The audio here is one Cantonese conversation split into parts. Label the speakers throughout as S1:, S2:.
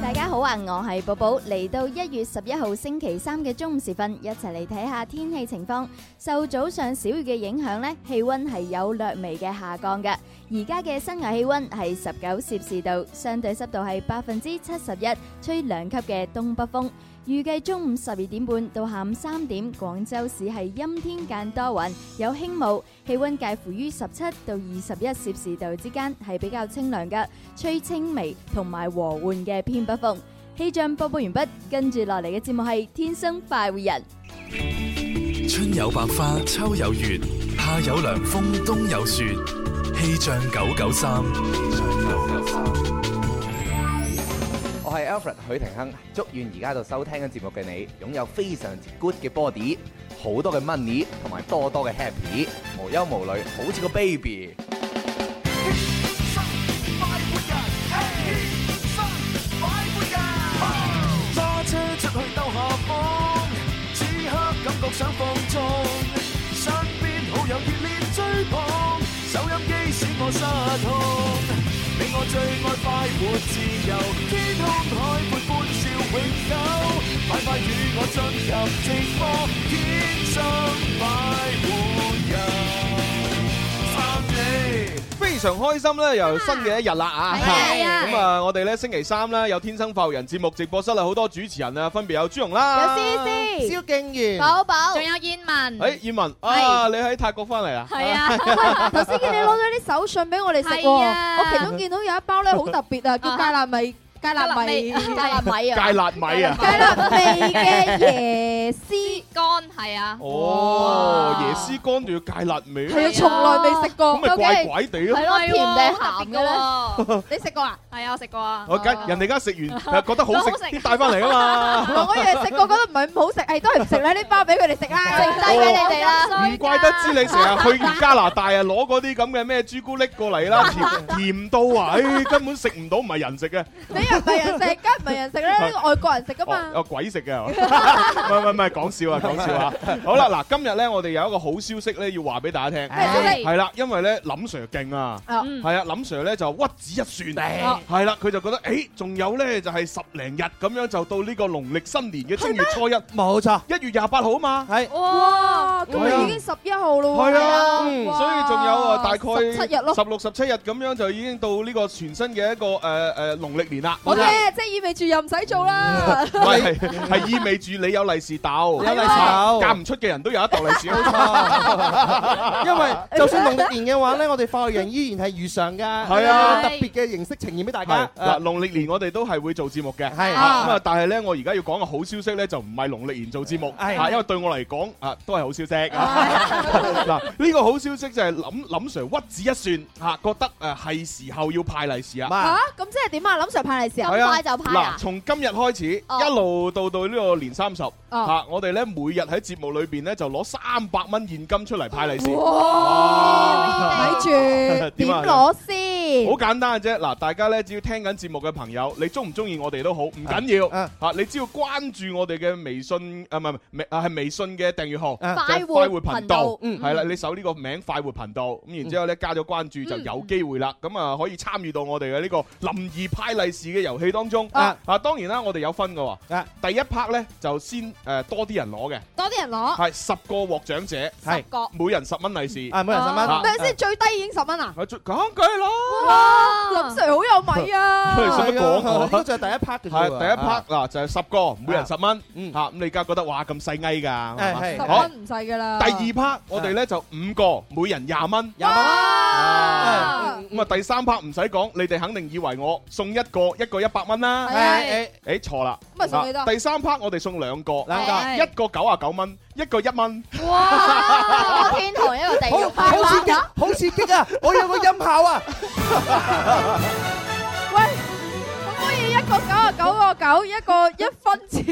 S1: 大家好啊，我係寶寶，嚟到一月十一號星期三嘅中午時分，一齊嚟睇下天氣情況。受早上小雨嘅影響呢，氣温係有略微嘅下降嘅。而家嘅室外氣温係十九攝氏度，相對濕度係百分之七十一，吹兩級嘅東北風。預計中午十二點半到下午三點，廣州市係陰天間多雲，有輕霧，氣温介乎於十七到二十一攝氏度之間，係比較清涼嘅，吹清微同埋和緩嘅偏北風。氣象播報完畢，跟住落嚟嘅節目係《天生快活人》。
S2: 春有百花，秋有月，夏有涼風，冬有雪。氣象九九三，
S3: 我係 Alfred 許廷鏗，祝願而家度收聽緊節目嘅你，擁有非常之 good 嘅 body，好多嘅 money，同埋多多嘅 happy，無憂無慮，好似個 baby。
S4: 揸車出去兜下風，此刻感覺想放縱，身邊好友熱烈追捧，收音機使我失控。你我最愛快活自由，天空海闊歡笑永久，快快與我進入直播，天生快活人，生你。
S5: 非常開心咧，又新嘅一日啦啊！
S4: 係啊
S5: 咁啊，我哋咧星期三咧有天生快活人節目直播室啦，好多主持人啊，分別有朱紅啦，
S6: 有
S7: 蕭敬元
S6: 寶寶，仲 有燕文。
S5: 誒葉文啊，你喺泰國翻嚟啊？
S6: 係啊
S7: 頭先見你攞咗啲手信俾我哋食喎，
S6: 係啊
S7: 我其中見到有一包咧好特別啊，叫芥辣米。芥 辣米，
S6: 芥辣米啊
S5: 芥辣米啊！
S7: 芥辣味嘅椰絲
S6: 乾係
S8: à?
S6: 啊，
S5: 哦，椰絲乾仲要芥辣味，
S7: 係啊，從來未食過，
S5: 咁咪怪怪地咯。
S7: 咯
S6: 係喎
S7: 甜
S6: 好
S7: 定
S6: 特別
S7: 鹹嘅
S6: 㗎
S7: 咧
S6: 喎
S7: 你食過啊？
S6: 係啊，
S8: à,
S6: 我食過啊。
S5: 我梗人哋而家食完 覺得好
S6: 好食
S5: 食，帶翻嚟啊嘛。
S7: 我以為食過，覺得唔係咁好食，誒都係唔食啦，呢包俾佢哋食啦，剩低俾你哋啦。
S5: 唔怪得知你成 日去完加拿大啊，攞嗰啲咁嘅咩朱古力過嚟啦，甜甜到啊，誒根本食唔到，唔係人食嘅。
S7: 你又唔係人食，梗係唔係人食啦，呢個外國人食噶嘛。
S5: 哦，鬼食嘅，唔 係唔係唔係講笑啊，講笑啊！好啦，嗱，今日咧我哋有一個好消息咧要話俾大家聽，
S7: 消息
S5: 係啦，因為咧林 Sir 勁啊，
S7: 嗯
S5: 係啊，林 Sir 咧就屈指一
S7: 哦
S5: 算，係啦，佢就覺得誒，仲有咧就係十零日咁樣就到呢個農曆新年嘅正月初一，冇錯，一月廿八號啊嘛，係。
S7: 哇！咁啊已經十一號咯喎，
S5: 係啊，嗯
S7: 哇
S5: 所以仲有啊，大
S7: 17日
S5: 概
S7: 咯
S5: 十六、十七日咁樣就已經到呢個全新嘅一個誒誒農曆年啦。
S7: 好嘅，即係意味住又唔使做啦。
S5: 唔係，係意味住你有利是豆，
S7: 有利是豆
S5: 嫁唔出嘅人都有一竇利是。
S9: 因為就算農曆年嘅話咧，我哋快活人依然係如常噶，
S5: 係啊
S9: 特別嘅形式呈現俾大
S5: 係
S7: 啊
S9: 家。
S5: 嗱， 農曆年我哋都係會做節目嘅，
S9: 係
S5: 啊咁
S9: 啊
S5: 啊！但係咧，我而家要講嘅好消息咧，就唔係農曆年做節目，
S9: 係
S5: 啊因為對我嚟講啊，都係好消息。嗱，呢個好消息就係林林 Sir 屈指一算嚇，覺得誒係時候要派利是啊
S7: 嚇！，咁即係點啊？林 Sir 派利是啊，哦
S5: 係啊
S7: à?
S5: 嗱，從今日開始，一路到到呢個年三十嚇，啊我哋咧每日喺節目裏邊咧就攞三百蚊現金出嚟派利是。
S7: 哇！咪住點
S5: 點啊
S7: 攞先？
S9: 嗯
S5: 好簡單嘅啫，嗱，大家咧只要聽緊節目嘅朋友，你中唔中意我哋都好，唔
S9: 啊
S5: 緊要嚇，你只要關注我哋嘅微信啊，唔係微啊係微信嘅訂閱號，
S9: 啊
S5: 就係
S9: 快
S5: 快
S9: 活
S5: 活
S9: 頻
S5: 頻
S9: 道
S5: 道，
S9: 嗯
S5: 係啦，你搜呢個名快活頻道，咁然之後咧加咗關注就
S9: 嗯
S5: 有機會啦，咁啊可以參與到我哋嘅呢個林兒派利是嘅遊戲當中
S9: 啊
S5: 啊，當然啦，我哋有分嘅喎，第一 part 咧就先誒多啲人攞嘅，
S7: 多啲人
S9: 啊
S7: 攞，
S5: 係十個獲獎者，
S7: 10個
S5: 每人十蚊利是，
S9: 啊每人
S5: 啊
S7: 咩
S9: Ờ.
S7: 先？最低已經十蚊啊！
S5: 啊最講句咯，
S7: 哇！林 Sir 好有米啊！
S5: 喂使乜講我
S9: 呢個就係第一 part 嘅啫
S5: 係
S9: 喎
S5: 第一 part
S9: 啊
S5: 嗱，就係十個，每人十蚊，嚇咁你而家覺得哇咁細翳㗎，係嘛
S9: 嗯
S7: 十
S5: 好。
S7: 蚊唔啊使噶啦。
S5: 第二 part 我哋咧就五個，每人廿蚊，
S9: 廿蚊。
S5: 咁啊第三 part 唔使講，你哋肯定以為我送一個，一個一百蚊啦。
S9: 係係
S5: 誒誒錯啦。
S9: 咁咪送幾多
S5: 嗱第三 part 我哋送兩個，
S9: 兩個
S5: 一個九啊九蚊，一個一 蚊。
S1: 哇！一個天
S7: à,
S1: 堂，一個地獄，
S9: 好好刺激，好刺激啊！我有個音效啊！
S7: 可以一個九啊九個九，一個一分錢，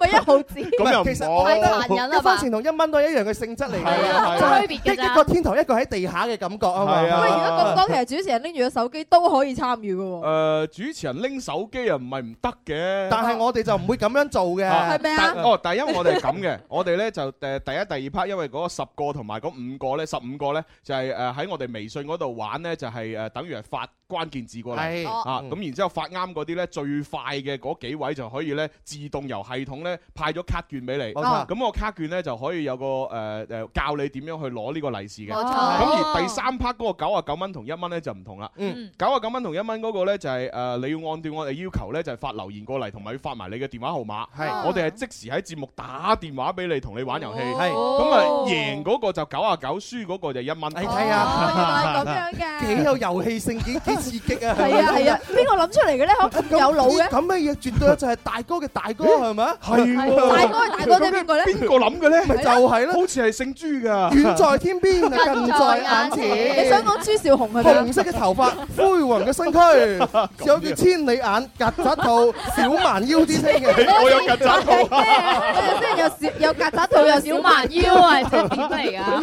S7: 咪一
S5: 咁又唔好
S7: 一分錢
S9: 同一蚊都係一樣嘅性質嚟
S5: 係啊係啊
S9: 就係
S7: 冇區別㗎咋
S9: 一一個天堂，一個喺地下嘅感覺啊嘛。
S5: 係啊喂如果咁講
S7: 其實主持人拎住個手機都可以參與嘅喎。
S5: 誒，主持人拎手機又唔係唔得嘅，
S9: 但係我哋就唔會咁樣做嘅。
S5: 啊
S7: 係咩啊
S5: 但哦，但係因為我哋係咁嘅，我哋咧就誒第一、第二 part，因為嗰十個同埋嗰五個咧，十五個咧就係誒喺我哋微信嗰度玩咧，就係誒等於係發關鍵字過嚟
S9: 係
S5: 啊，
S9: 嗯
S5: 咁然之後發啱嗰啲咧，最快嘅嗰幾位就可以咧自動由系統咧派咗卡券俾你，
S9: 冇錯
S5: 咁個卡券咧就可以有個誒誒教你點樣去攞呢個利是嘅。
S7: 冇錯
S5: 咁而第三 part 嗰個九啊九蚊同一蚊咧就唔同啦。
S9: 嗯，
S5: 九啊九蚊同一蚊嗰個咧就係誒你要按照我哋要求咧就係發留言過嚟，同埋要發埋你嘅電話號碼。
S9: 係
S5: 我哋係即時喺節目打電話俾你，同你玩遊戲。
S9: 係
S7: 哦
S5: 咁啊，贏嗰個就九啊九，輸嗰個就一蚊。
S9: 你
S7: Ờ,
S9: 睇下， 幾
S7: 原來係咁樣嘅。
S9: 有遊戲性，幾幾刺激啊！
S7: 係啊係啊，邊個諗出嚟嘅咧？可咁有腦嘅？
S9: 咁嘅嘢絕對就係大哥嘅大 哥係咪啊？
S5: 係
S7: 大
S5: 喎，
S7: 哥大哥即係邊個咧？
S5: 邊個諗嘅
S9: 咪
S5: 咧？
S9: 就係咯，
S5: 好似係姓朱㗎。
S9: 遠在天邊，近在眼前。
S7: 啊 你想講朱兆雄係咪啊？
S9: 紅色嘅頭髮，灰黃嘅身 軀，有住千里眼、曱甴肚、小蠻腰之 稱嘅。
S5: 我有曱甴肚啊！
S7: à? 即係有小-有曱甴肚，有小蠻腰。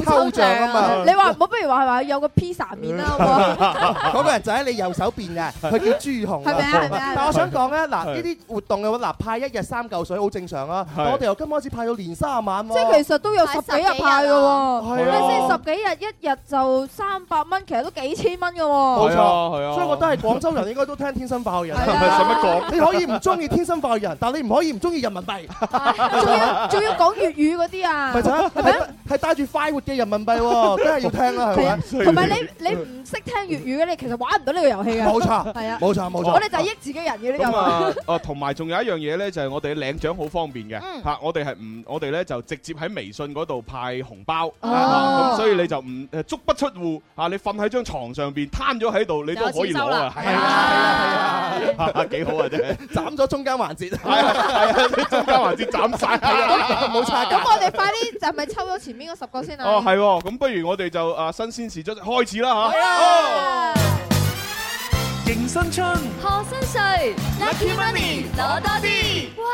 S9: 抽象
S7: à.
S9: 啊嘛，
S7: 你話唔好-不如話係話有個披薩面啦，好唔好？
S9: 嗰個人就喺你右手邊嘅，佢叫朱紅。
S7: 係咪啊係咪啊
S9: 但我想講咧，嗱呢啲活動嘅話，嗱派一日三嚿水好正常啊。
S5: 係
S9: 我哋由今開始派到連三晚喎。
S7: 即係其實都有十幾日派㗎喎。啊
S9: 係啊，
S7: 咩先？十幾日，一日就300蚊，其實都幾千蚊㗎喎。
S9: 冇
S5: 係
S9: 錯
S5: 啊係啊
S9: 所以我覺得係廣州人應該都聽天生化學人。
S7: 係啊
S5: 咪使乜講？
S9: 你可以唔中意天生化學人，但你唔可以唔中意人民幣，
S7: 仲要-仲要講粵語嗰啲啊。
S9: 咪就係
S7: 係咪啊
S9: 係係帶住快活嘅人民幣 喎，真係要聽啦，係
S7: 係啊，
S9: 咪？
S7: 同埋你-你唔識聽粵語嘅，你其實玩唔到呢個遊戲㗎。
S9: 冇錯，
S7: 係啊。
S9: 冇錯，冇錯。
S7: 我哋就係益自己人嘅呢個。
S5: 咁啊， 哦，同埋仲有一樣嘢咧，就係我哋領獎好方便嘅
S1: 嗯
S5: 嚇，我哋係唔，我哋咧就直接喺微信嗰度派紅包，
S7: 哦
S5: 啊咁所以你就唔誒足不出戶啊，你瞓喺張床上邊攤咗喺度，你都可以攞啊，係啊，係啊， 幾好啊真係，
S9: 斬咗中間環節，
S5: 係啊係啊，中間環節斬晒
S9: 冇差價。
S7: 咁我哋快啲，就係咪抽咗前面嗰十個先啊？
S5: 哦係喎，咁不如我哋就啊新鮮事出開始啦嚇。哦
S7: 啊。
S4: 迎新春，
S6: 賀新歲，Lucky Money 攞多啲！哇，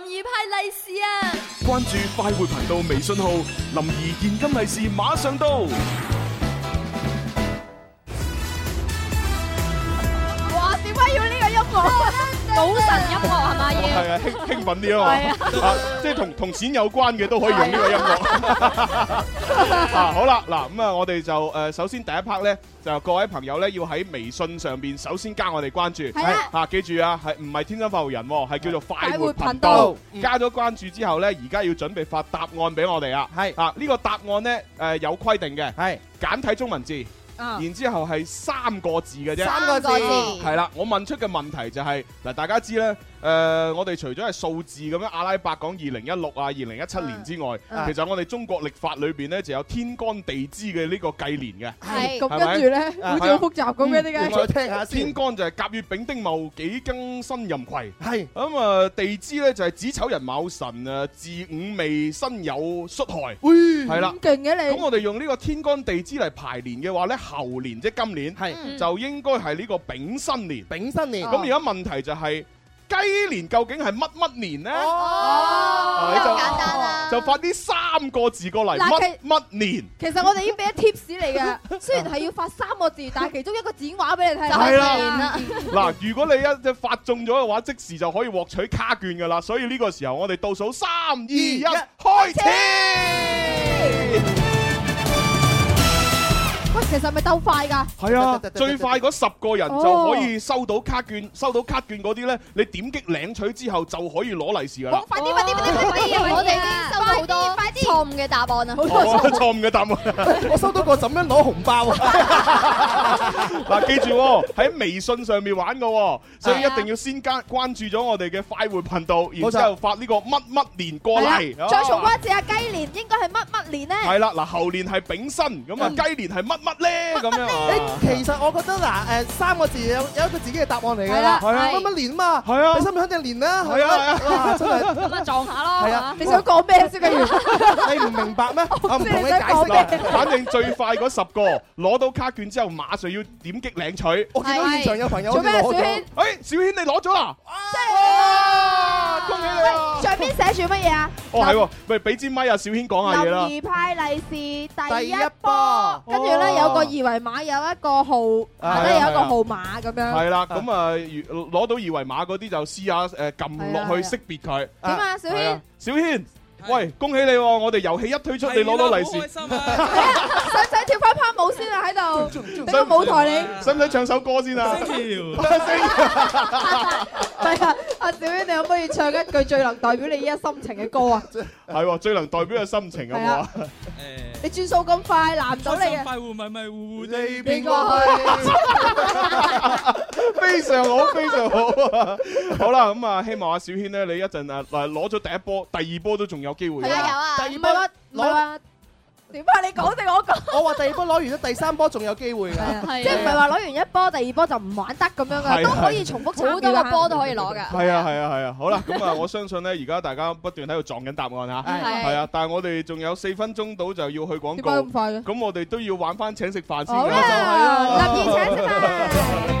S6: 林怡派利是啊！
S10: 關注快活頻道微信號，林兒現金利是馬上到。
S7: 哇，點解要呢個音樂？
S6: 賭神音樂係咪要？
S5: 係啊，興興奮啲啊嘛，啊，即係同同錢有關嘅都可以用呢個音樂。 啊，好啦，嗱咁啊，我哋就誒首先第一 part 咧，就各位朋友咧要喺微信上邊首先加我哋關注，
S7: 係啦
S5: 啊，記住啊，係唔係天生發育人喎，係叫做快
S7: 快
S5: 活
S7: 活
S5: 頻
S7: 頻
S5: 道
S7: 道。
S5: 加咗關注之後咧，而家要準備發答案俾我哋啊。
S9: 係
S5: 啊，呢個答案咧誒有規定嘅，
S9: 係
S5: 簡體中文字，然之後係三個字嘅啫。
S9: 三個字，
S5: 系啦，我問出嘅問題就係嗱，大家知咧，誒、我哋除咗係數字咁樣阿拉伯講二零一六啊、二零一七年之外，
S7: 嗯
S5: 其實我哋中國曆法裏邊咧就有天干地支嘅呢個計年嘅。
S7: 係，咁
S5: 係咪？
S7: 跟
S5: 嗯
S7: 住呢，
S9: 啊，
S7: 好似好複雜咁嘅，點解？
S9: 你再聽下
S5: 天
S9: 先。
S5: 干就係甲乙丙丁戊己庚辛壬癸，
S9: 係
S5: 咁啊地支咧就係子丑寅卯辰啊巳午未申酉戌亥，
S9: 嗯
S5: 係啦。
S7: 咁勁嘅你。
S5: 咁我哋用呢個天干地支嚟排年嘅話咧，猴年即係今年
S9: 係
S6: 嗯
S5: 就應該係呢個丙申年。
S9: 丙申年，
S5: 咁而家問題就係、雞年究竟係乜乜年呢？
S7: 哦。
S5: 你就-
S1: 咁簡單啊。
S5: 就發啲三個字過嚟，乜
S7: 嗱
S5: 乜年？
S7: 其實我哋已經俾咗貼士你嘅，雖然係要發三個字，但係其中一個剪畫俾你睇。啊
S1: 就係年啦。
S5: 嗱，如果你一隻發中咗嘅話，即時就可以獲取卡券噶啦。所以呢個時候，我哋倒數三二一，
S9: 一
S5: 開始。
S7: 喂，其實係咪鬥快㗎？
S5: 係啊，
S9: 得得得得
S5: 最快嗰十個人
S7: 哦
S5: 就可以收到卡券，收到卡券嗰啲呢，你點擊領取之後就可以攞利是噶啦。
S8: Ờ.
S7: 快啲，快啲，快啲，快啲，
S1: 我哋已經收到好多
S7: 快啲，快啲。à?
S1: 錯誤嘅答案啊。
S5: 哦 錯誤嘅答案。
S9: 我收到個怎樣攞紅包啊？
S5: 嗱，記住喎喺微信上面玩嘅喎，所以
S7: 啊
S5: 一定要先加關注咗我哋嘅快活頻道，然
S9: 冇錯
S5: 之後發呢個乜乜年過嚟。
S7: 啊
S5: 哦
S7: 再重温一次下雞年應該係乜乜年呢？
S5: 係啦，嗱，猴年係丙申，咁啊
S7: 嗯
S5: 雞年係乜乜咧？咁 樣啊，
S7: 哎
S9: 其實我覺得嗱，誒三個字有有一個自己嘅答案嚟㗎
S7: 係
S9: 啦
S7: 啦。
S5: 係啊
S9: 乜乜年嘛？
S5: 係啊
S9: 你心裏肯定年啦。
S5: 係啊
S9: 係啊，哇真係
S6: 咁啊撞下咯，
S9: 係啊
S7: 你想講咩先？跟住
S9: 你唔明白咩？我唔同你
S7: 你想
S9: 解
S7: 講
S9: 釋
S7: 咩。
S5: 嗱，反正最快嗰十個攞到卡券之後，馬上要點擊領取。
S7: 哦
S5: 哎
S9: 我見到現場有朋友
S7: 做咩啊？小
S9: 好似攞咗
S7: 軒，
S5: 啊誒，小軒你攞咗啦！
S7: 真係
S9: Ờ,
S5: 恭喜你啊
S7: 喂上面寫住乜嘢啊？
S5: 哦係喎，喂，俾支咪阿小軒講下嘢啦
S7: 林。怡派利是第
S9: 第
S7: 一
S9: 一
S7: 波
S9: 波，
S7: 跟住咧有個二維碼，有一個號，
S5: 啊
S7: 下低有一
S5: 係
S7: 個
S5: 啊
S7: 號碼咁樣。
S5: 係啦，咁啊，如攞到二維碼嗰啲就試下誒撳落去識別佢。
S7: 啊點啊，小
S5: 係
S7: 軒
S5: 啊，小軒，喂，恭喜你喎！我哋遊戲一推出，你攞到利是，
S7: 使唔使跳翻趴舞先啊？喺度，你個舞台你
S5: 使唔使唱首歌先啊？
S7: 係 啊，阿小軒，你可唔可以唱一句最能代表你依家心情嘅歌啊？
S5: 係喎，最能代表嘅心情
S7: 係
S5: 啊
S7: 啊！你轉數咁快，難唔到你啊！邊個去？
S5: 非常好，非常好 啊！好啦，咁啊，希望阿小軒咧，你一陣啊嗱攞咗第一波，第二波都仲有機會
S1: 係啊，
S5: 嘅。
S1: 有啊，
S9: 第二
S7: 唔係話
S9: 波
S7: 唔係話點啊？你講定我講？
S9: 我話第二波攞完咗，第三波仲有機會
S1: À.
S9: 㗎。
S7: 即係唔係話攞完一波，第二波就唔玩得咁樣噶，
S5: 係
S7: 都可以重複參與㗎
S1: 好多個波都可以攞㗎。
S5: 係啊，係啊，係啊！好啦，咁啊，我相信咧，而家大家不斷喺度撞緊答案嚇。
S1: 係
S5: 係啊，但係我哋仲有四分鐘到就要去廣
S7: 點解咁
S5: 告，
S7: 快嘅？
S5: 咁我哋都要玩翻請食飯先啊
S7: 好
S5: 㗎。
S7: 啦，立意請食飯。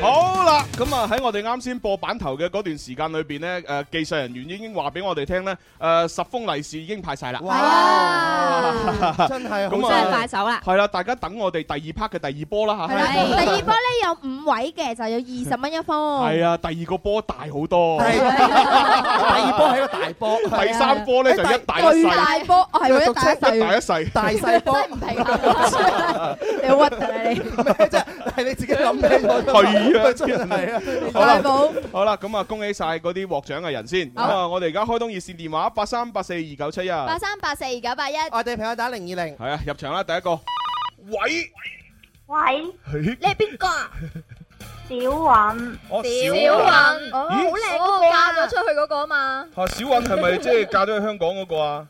S5: 好啦，咁啊喺我哋啱先播版頭嘅嗰段時間裏邊呢，誒、技術人員已經話俾我哋聽呢，誒、十封利是已經派晒啦。
S9: 哇！真係
S5: 咁
S9: 好
S5: 啊
S9: 正
S5: 真係快係啦，大家等我哋第二 part 嘅第二波啦
S7: 係
S5: 嚇。
S7: 啦，第二波咧有五位嘅，就有二十蚊一封。
S5: 係啊，第二個波大好多，
S9: 係第二波係一個大波，
S5: 第三波呢就一大一
S7: 巨
S5: 細，
S7: 大波，哦係喎，一大一
S5: 一大
S7: 細，
S5: 一細。
S9: 大細波，
S1: 真係唔 平衡。
S7: 你好屈啊你！
S9: 咩啫？係你自己諗咩？
S5: 係啊
S9: 真係啊！
S5: 好啦
S7: 大寶，
S5: 好啦，咁啊恭喜晒嗰啲獲獎嘅人先。咁啊，我哋而家開通熱線電話八三八四二九七一。
S1: 八
S5: 係
S1: 三八四二九八一，
S9: 我哋朋友打零二零，
S5: 啊，入場啦，第一個。喂，
S8: 喂，
S5: 咦
S8: 你係邊個啊？小允，
S5: 我
S7: 啊
S1: 小
S8: 小
S1: 韻，
S8: 韻
S1: 哦好
S5: 咦
S1: 靚嗰個哦嫁咗出去嗰個啊嘛，
S5: 啊小韻係咪即係嫁咗去香港嗰個啊？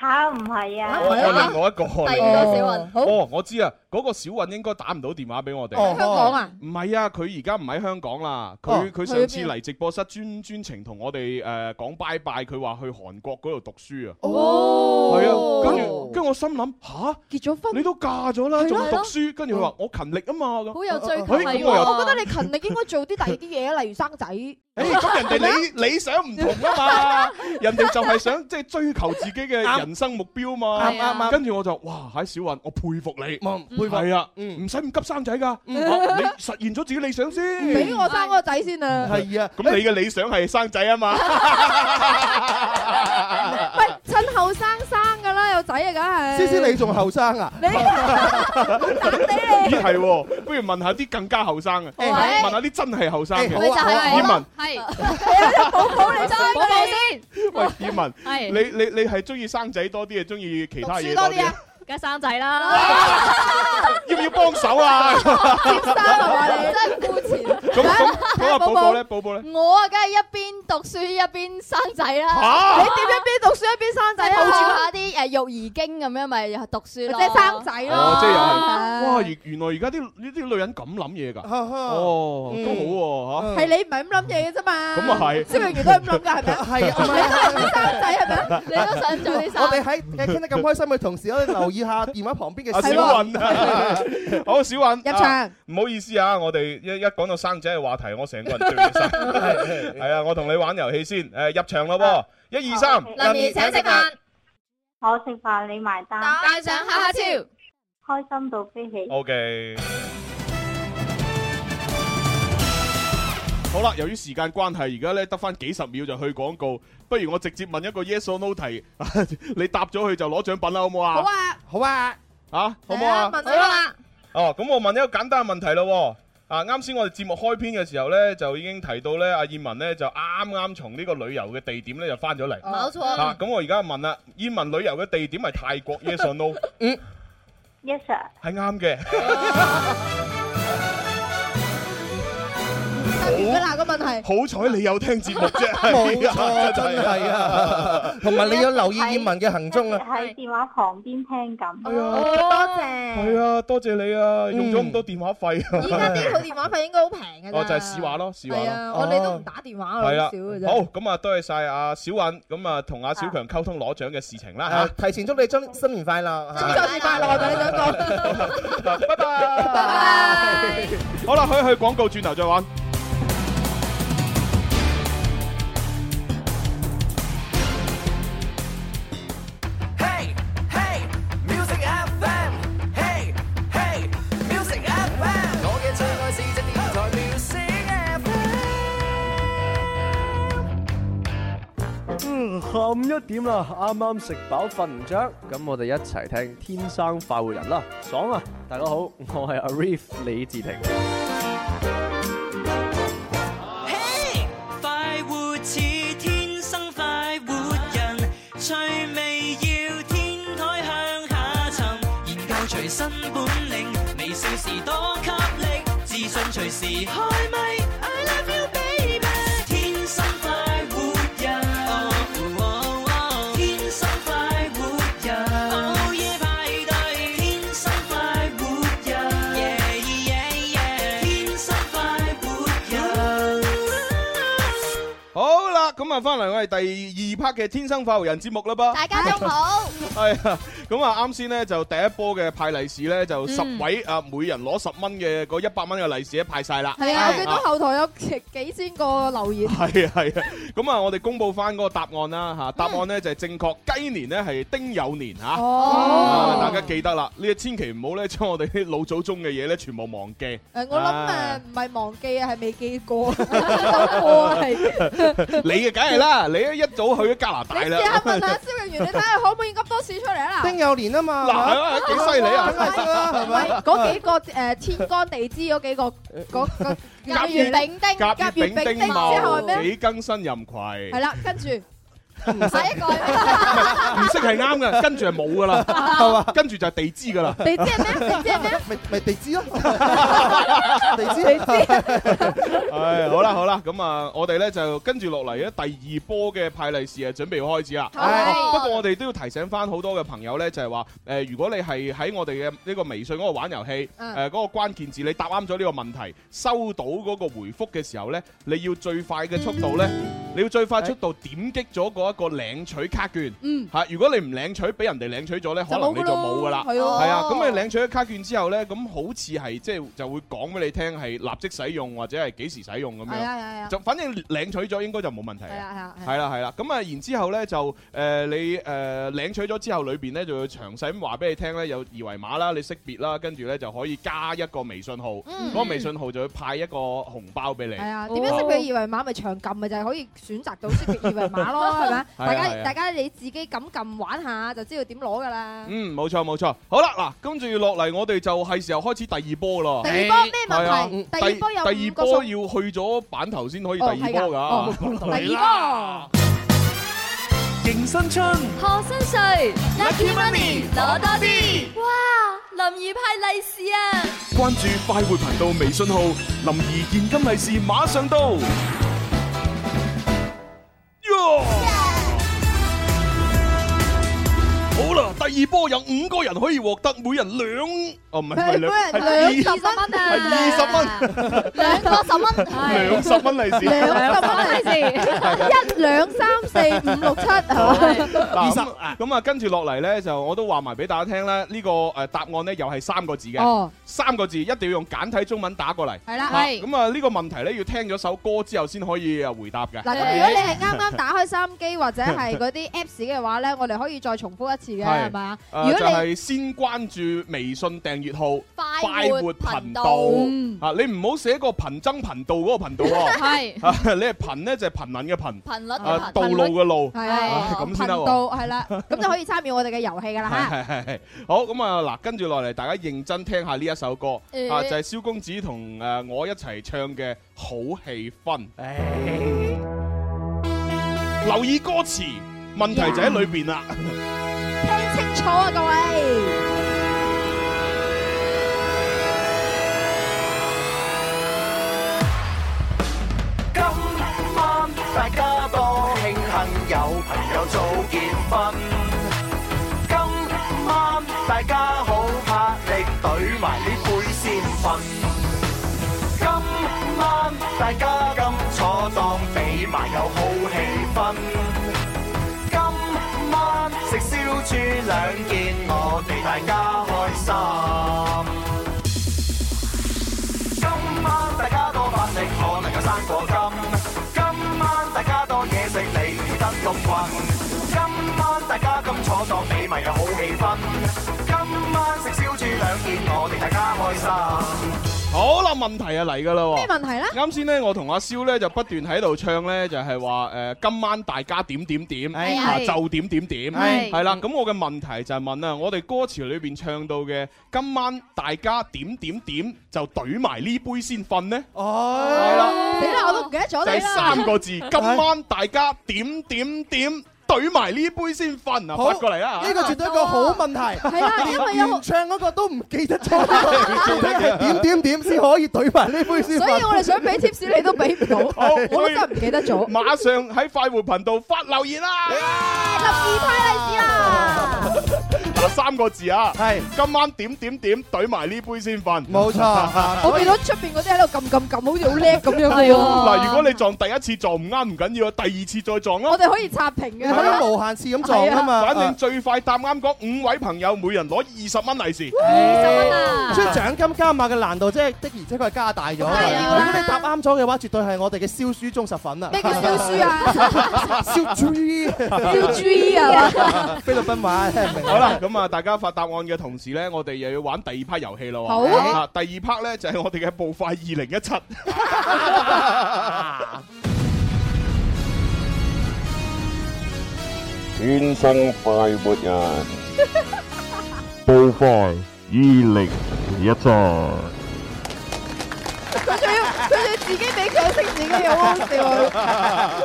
S8: 吓唔係啊？
S5: 我我另外一個嚟
S1: 第二個小韻，
S7: 好
S5: 哦，我知啊，嗰個小韻應該打唔到電話俾我哋。
S9: 哦
S7: 香港啊，
S5: 唔係啊，佢而家唔喺香港啦。
S9: 哦
S5: 佢佢上
S7: 去咗
S5: 次
S7: 邊啊
S5: 嚟直播室專專程同我哋誒講拜拜，佢話去韓國嗰度讀書啊。
S7: 哦
S5: 係啊，跟住跟住我心諗吓，
S7: 結咗婚
S5: 你，都嫁咗啦，
S7: 係咯
S5: 仲
S7: 係
S5: 讀
S7: 咯
S5: 書？跟住佢話我勤力啊嘛咁。
S1: 好有追求
S5: 哎
S1: 係
S5: 咁我又
S7: 我覺得你勤力應該做啲第二啲嘢啊，例如生仔。
S5: 誒咁人哋理理 想唔同啊嘛，人哋就係想即係追求自己嘅
S9: 啱
S5: 人生目標
S9: 啱
S5: 嘛。
S9: 啱啱，
S5: 跟住我就哇，喺小韻，我佩服你。
S9: 望佩服。
S5: 係啊，
S9: 嗯
S5: 唔使咁急生仔㗎，啊你實現咗自己理想先。
S7: 俾我生個仔先啊！
S9: 係啊，
S5: 咁你嘅理想係生仔啊嘛？嗯
S7: 喂，趁後生生噶啦，有仔啊，梗係。
S9: 思思你仲後生啊？
S7: 你 打死你！
S5: 咦 係喎，不如問下啲更加後生嘅，
S9: 誒
S1: 喂
S5: 問下啲真係後生
S9: 誒
S1: 咪
S9: 好
S5: 嘅。
S1: 就係我
S5: 葉文
S1: 咯，係
S7: 寶寶你生
S1: 寶寶
S7: 佢，
S1: 先，
S5: 喂，葉文，
S8: 係
S5: 你你你係中意生仔多啲，定中意其
S7: 讀
S5: 他嘢
S7: 書
S5: 多
S7: 多啲
S5: 啲
S7: 啊？，
S8: 梗係生仔啦，
S5: 要唔要幫手 啊？
S7: 接生係嘛你
S1: 真？係膚淺。
S5: 咁咁咁啊，寶寶咧，寶寶咧，
S1: 我啊，梗係一邊讀書一邊生仔啦，
S7: 你
S5: 嚇！
S7: 點一邊讀書一邊生
S1: 即
S7: 仔
S1: 係
S7: 啊？
S1: 抱住下啲誒育兒經咁樣，咪讀
S7: 即
S1: 書咯。
S7: 係生仔咯。
S5: 哦，即係又係，
S7: 啊
S5: 哇！原原來而家啲呢啲女人咁諗嘢㗎，
S9: 哦，
S5: 哦，
S9: 嗯
S5: 都好喎嚇。
S7: 係你唔係咁諗嘢嘅啫嘛。
S5: 咁啊係
S7: 蕭敬元都係咁諗㗎，係咪啊？
S9: 係啊，唔係啊
S7: 生仔係咪啊？
S1: 你都想做啲
S9: 我哋
S1: 生，
S9: 喺傾得咁開心嘅同時，可以留意下電話旁邊嘅
S5: 阿小
S7: 係喎
S5: 韻啊， 好小韻
S7: 入
S5: 啊
S7: 場
S5: 唔好意思啊，我哋一一講到生仔嘅話題，我成個人醉晒。 係啊，我同你玩遊戲先，誒入場咯喎，一二三，
S1: 林怡請食飯，
S8: 我食飯你埋單，
S1: 帶上哈哈超，
S8: 開心到飛起。
S5: O K。好啦，由於時間關係，而家咧得翻幾十秒就去廣告，不如我直接問一個 yes or no 題， 你答咗佢就攞獎品啦，好唔好
S7: 好
S5: 啊？
S7: 啊，
S9: 好啊，
S5: 啊，好唔好啊？
S7: 問到啦。
S5: 哦，咁我問一個簡單嘅問題咯喎。啊，啱先我哋節目開篇嘅時候呢，就已經提到呢，阿燕文呢，就啱啱從呢個旅遊嘅地點呢，就翻咗
S7: 哦
S5: 嚟。
S1: 冇錯
S5: 啊，。咁我而家問啦，燕文旅遊嘅地點係泰國 yes or no？
S8: 嗯 Yes sir，
S5: 係啱嘅。
S1: Hãy
S7: 完
S1: subscribe cho kênh Ghiền Mì Gõ Để không bỏ lỡ
S7: 㗎啦個問題。
S5: 好彩你有聽節目啫，
S9: 冇錯，
S5: 係
S9: 真係啊！同埋你有留意葉文嘅行蹤啊！
S8: 喺電話旁邊聽緊。
S5: 哦
S7: 多謝。
S5: 係啊，多謝你啊，用咗咁多電話費啊！
S7: 嗯依家 啲套電話費應該好平㗎
S5: 哦，就係
S7: 咋。
S5: 市話咯，市話
S7: 係啊，我哋都唔打電話啊，好
S5: 係啦
S7: 少㗎，啫。
S5: 好咁啊，多謝晒阿小韻，咁啊同阿小強溝通攞獎嘅事情啦
S9: 啊提前祝你新新年快樂！
S7: 祝新年快樂，我同你想講。
S5: 嚇好啦，可以去廣告轉頭再玩。
S4: Hey, hey, music FM. Hey, hey, music FM. 我嘅最愛是只電台 music
S11: Ừ,
S4: FM。
S11: 下午一點啦，啱啱食飽瞓唔着，咁我哋一齊聽《天生快活人》啦，爽啊！大家好，我係 Arif 李志廷。
S12: 快活似天生快活人，趣味要天台向下沉，研究隨身本領，微笑時多給力，自信隨時開咪。I love you baby，天生快活人，哦哦天生快活人，午夜派對，天生快活人，yeah yeah yeah，天生快活人。
S5: 好啦，咁啊，翻嚟我哋第二 part 嘅《天生快活人》節目啦噃。
S1: 大家中好。
S5: 系啊，咁啊，啱先咧就第一波嘅派利是咧，就十
S7: 嗯
S5: 位啊，每人攞十蚊嘅嗰一百蚊嘅利是咧派晒啦。
S7: 係啊，我見到後台有幾幾千個留言。
S5: 系啊系啊，咁啊，我哋公布翻嗰個答案啦吓，答案咧就係正確，雞年咧係丁酉年
S7: Ờ.
S5: 吓，
S7: 嗯哦
S5: 啊大家記得啦，呢千祈唔好咧將我哋啲老祖宗嘅嘢咧全部忘記。
S7: 誒，我諗誒
S5: 啊
S7: 唔係忘記啊，係未記過，有過啊係。
S5: 你嘅梗係啦，你一早去咗加拿大
S7: 你
S5: 啦
S7: 試。下問下蕭敬元，你睇下可唔可以咁多次出嚟啊？
S9: 丁酉年啊嘛，
S5: 嗱係啊幾犀 利啊
S9: 梗係識啦，係
S7: 唔係
S9: 咪？
S7: 嗰幾個誒天干地支嗰幾個嗰嗰甲乙丙丁，
S5: 甲
S7: 甲
S5: 乙
S7: 乙
S5: 丙
S7: 丙丁
S5: 丁
S7: 之後
S5: 卯
S7: 係咩？
S5: 幾更新淫葵。
S7: 係啦，跟住
S5: 唔識係啱嘅，跟住係冇噶啦， 係嘛？跟住就係地支噶啦。
S7: 地支係咩？地支係咩？
S9: 咪咪地支咯，地支
S7: 地支。
S5: 唉，好啦好啦，咁啊，我哋咧就跟住落嚟咧，第二波嘅派利是啊，準備要開始啦。
S7: 係
S5: 不過我哋都要提醒翻好多嘅朋友咧，就係話誒，如果你係喺我哋嘅呢個微信嗰度玩遊戲，誒
S7: 嗯
S5: 嗰個關鍵字你答啱咗呢個問題，收到嗰個回覆嘅時候咧，你要最快嘅速度咧，
S7: 嗯
S5: 你要最快速度點擊咗嗰一個領取卡券。
S7: 嗯
S5: 嚇，如果你唔領取，俾人哋領取咗咧，可能你
S7: 就冇㗎
S5: 就冇㗎啦。
S7: 咯係喎
S5: 啊，咁你領取咗卡券之後咧，咁好似係即係就會講俾你聽係立即使用或者係幾時使用咁
S7: 係啊係啊係
S5: 樣。
S7: 啊
S5: 就反正領取咗應該就冇問題
S7: 係啊係啊係啊
S5: 係啦係啦。咁啊，然之後咧就誒你誒領取咗之後，裏邊咧就要詳細咁話俾你聽咧，有二維碼啦，你識別啦，跟住咧就可以加一個微信號，
S7: 嗯
S5: 嗰個微信號就會派一個紅包俾你。
S7: 係啊，點樣識佢二維碼咪長撳咪就係可以選擇到識佢二維碼 咯，係咪啊？
S5: 係啊
S7: 大
S5: 係
S7: 家
S5: 啊
S7: 大家你自己咁撳玩下就知道點攞㗎啦。
S5: 嗯，冇錯冇錯。好啦，嗱，跟住落嚟，我哋就係時候開始第二波咯。
S7: 第二波咩問題
S5: 係啊
S7: 嗯第二波有
S5: 第
S7: 五
S5: 二
S7: 個數
S5: 波要去咗板頭先可以第二波
S7: 哦
S5: 㗎。
S7: 第二波。
S12: 迎新春，
S6: 贺新岁
S12: Lucky Money，攞多啲！
S6: 哇，林怡派利是啊！
S10: 关注快活频道微信号，林儿现金利是马上到。
S5: 好啦，第二波有五個人可以獲得，每人兩，哦唔係唔係兩，係
S7: 兩啊
S5: 二
S7: 十蚊啊，
S5: 係二十蚊，
S1: 兩個十蚊，
S5: 兩十蚊利是，
S7: 兩十蚊利是，
S5: 啊
S7: 一兩三四五六七係嘛？
S5: 嗱咁咁啊，跟住落嚟咧就我都話埋俾大家聽啦，呢個誒答案咧又係三個字嘅
S7: 哦，
S5: 三個字一定要用簡體中文打過嚟。
S7: 係啦
S5: 啊
S7: 係
S5: 咁啊呢個問題咧要聽咗首歌之後先可以誒回答嘅。
S7: 嗱，咁如果你係啱啱打開收音機或者係嗰啲 Apps 嘅話咧，我哋可以再重複一次嘅，係咪啊？如
S5: 誒
S7: 果
S5: 就
S7: 你
S5: 係先關注微信訂閱號
S1: 快活
S5: 頻
S1: 嗯
S5: 啊！你唔好寫個貧僧頻道嗰個頻道 喎，
S7: 係
S5: 啊你係貧咧就係貧民嘅貧，
S1: 頻率嘅
S5: 啊
S1: 頻
S5: 道路嘅路，
S7: 係
S5: 啊
S7: 啊，
S5: 咁先
S7: 頻
S5: 得喎。
S7: 道係啦，咁就可以參與我哋嘅遊戲㗎啦嚇。
S5: 係係係好咁啊！嗱，跟住落嚟，大家認真聽下呢一首歌
S7: 誒
S5: 啊，就係蕭公子同誒我一齊唱嘅《好氣氛》。留意歌詞，問題就喺裏邊啦。
S7: 聽清楚啊，各位！
S12: Hãy subscribe cho kênh Ghiền Mì Gõ Để không bỏ lỡ
S4: 瞓。今晚大家好拍力，懟埋呢杯先瞓。今晚大家咁坐檔，俾埋有好氣氛。今晚食燒豬兩件，我哋大家開心。今晚大家多發力，我能夠生果金。今晚大家多嘢食，你唔得咁困。今晚大家咁坐檔，你咪有好氣氛。今晚食燒豬兩件，我哋大家開心。
S5: 好啦，問題啊嚟噶啦喎！
S7: 咩問題咧
S5: 啱先咧，我同阿蕭咧就不斷喺度唱咧，就係話誒今晚大家點點點，
S7: 係
S5: 啊
S7: 係
S5: 就點點點，
S7: 係
S5: 係啦。咁我嘅問題就係問啊，我哋歌詞裏邊唱到嘅今晚大家點點點就懟埋呢杯先瞓呢？哦，係啦，
S7: 死啦，我都唔記得咗
S5: 就係
S7: 你啦。
S5: 三個字，今晚大家點點點懟埋呢杯先瞓啊！
S9: 好
S5: 發過嚟啦，
S9: 呢個絕對一個好問題。
S5: 係啊因為有
S9: 原唱嗰個都唔記得咗，點點點先可以懟埋呢杯先。
S7: 所以我哋想俾貼士你都俾唔到，
S5: 好，
S7: 我都真係唔記得咗。
S5: 馬上喺快活頻道發留言啦！嗱，三個字啊，係今晚點點點懟埋呢杯先瞓，冇
S9: 錯啊
S7: 我見到出邊嗰啲喺度撳撳撳，好似好叻咁樣嘅喎。
S5: 嗱，如果你撞第一次撞唔啱唔緊要啊，第二次再撞啦。
S7: 我哋可以刷屏嘅，
S5: 係啊
S9: 無限次咁撞啊嘛
S5: 反正最快答啱嗰五位朋友，每人攞二十蚊利是。
S9: 所以獎金加碼嘅難度，即係的而且確係加大咗。如果你答啱咗嘅話，絕對係我哋嘅燒書忠實粉啊！咩叫燒
S7: 書啊
S9: 燒豬，
S7: 燒豬
S9: Dạ.
S7: 啊！
S9: 菲律賓話聽唔明。
S5: 好啦，咁啊，大家發答案嘅同時咧，我哋又要玩第二 part 遊戲咯喎。
S9: 好啊
S5: 啊，第二 part 咧就係我哋嘅步快二零一七。
S13: 天生快活人，暴快二零一七，
S7: 佢仲要佢仲要自己俾佢識自己嘅，好好笑啊！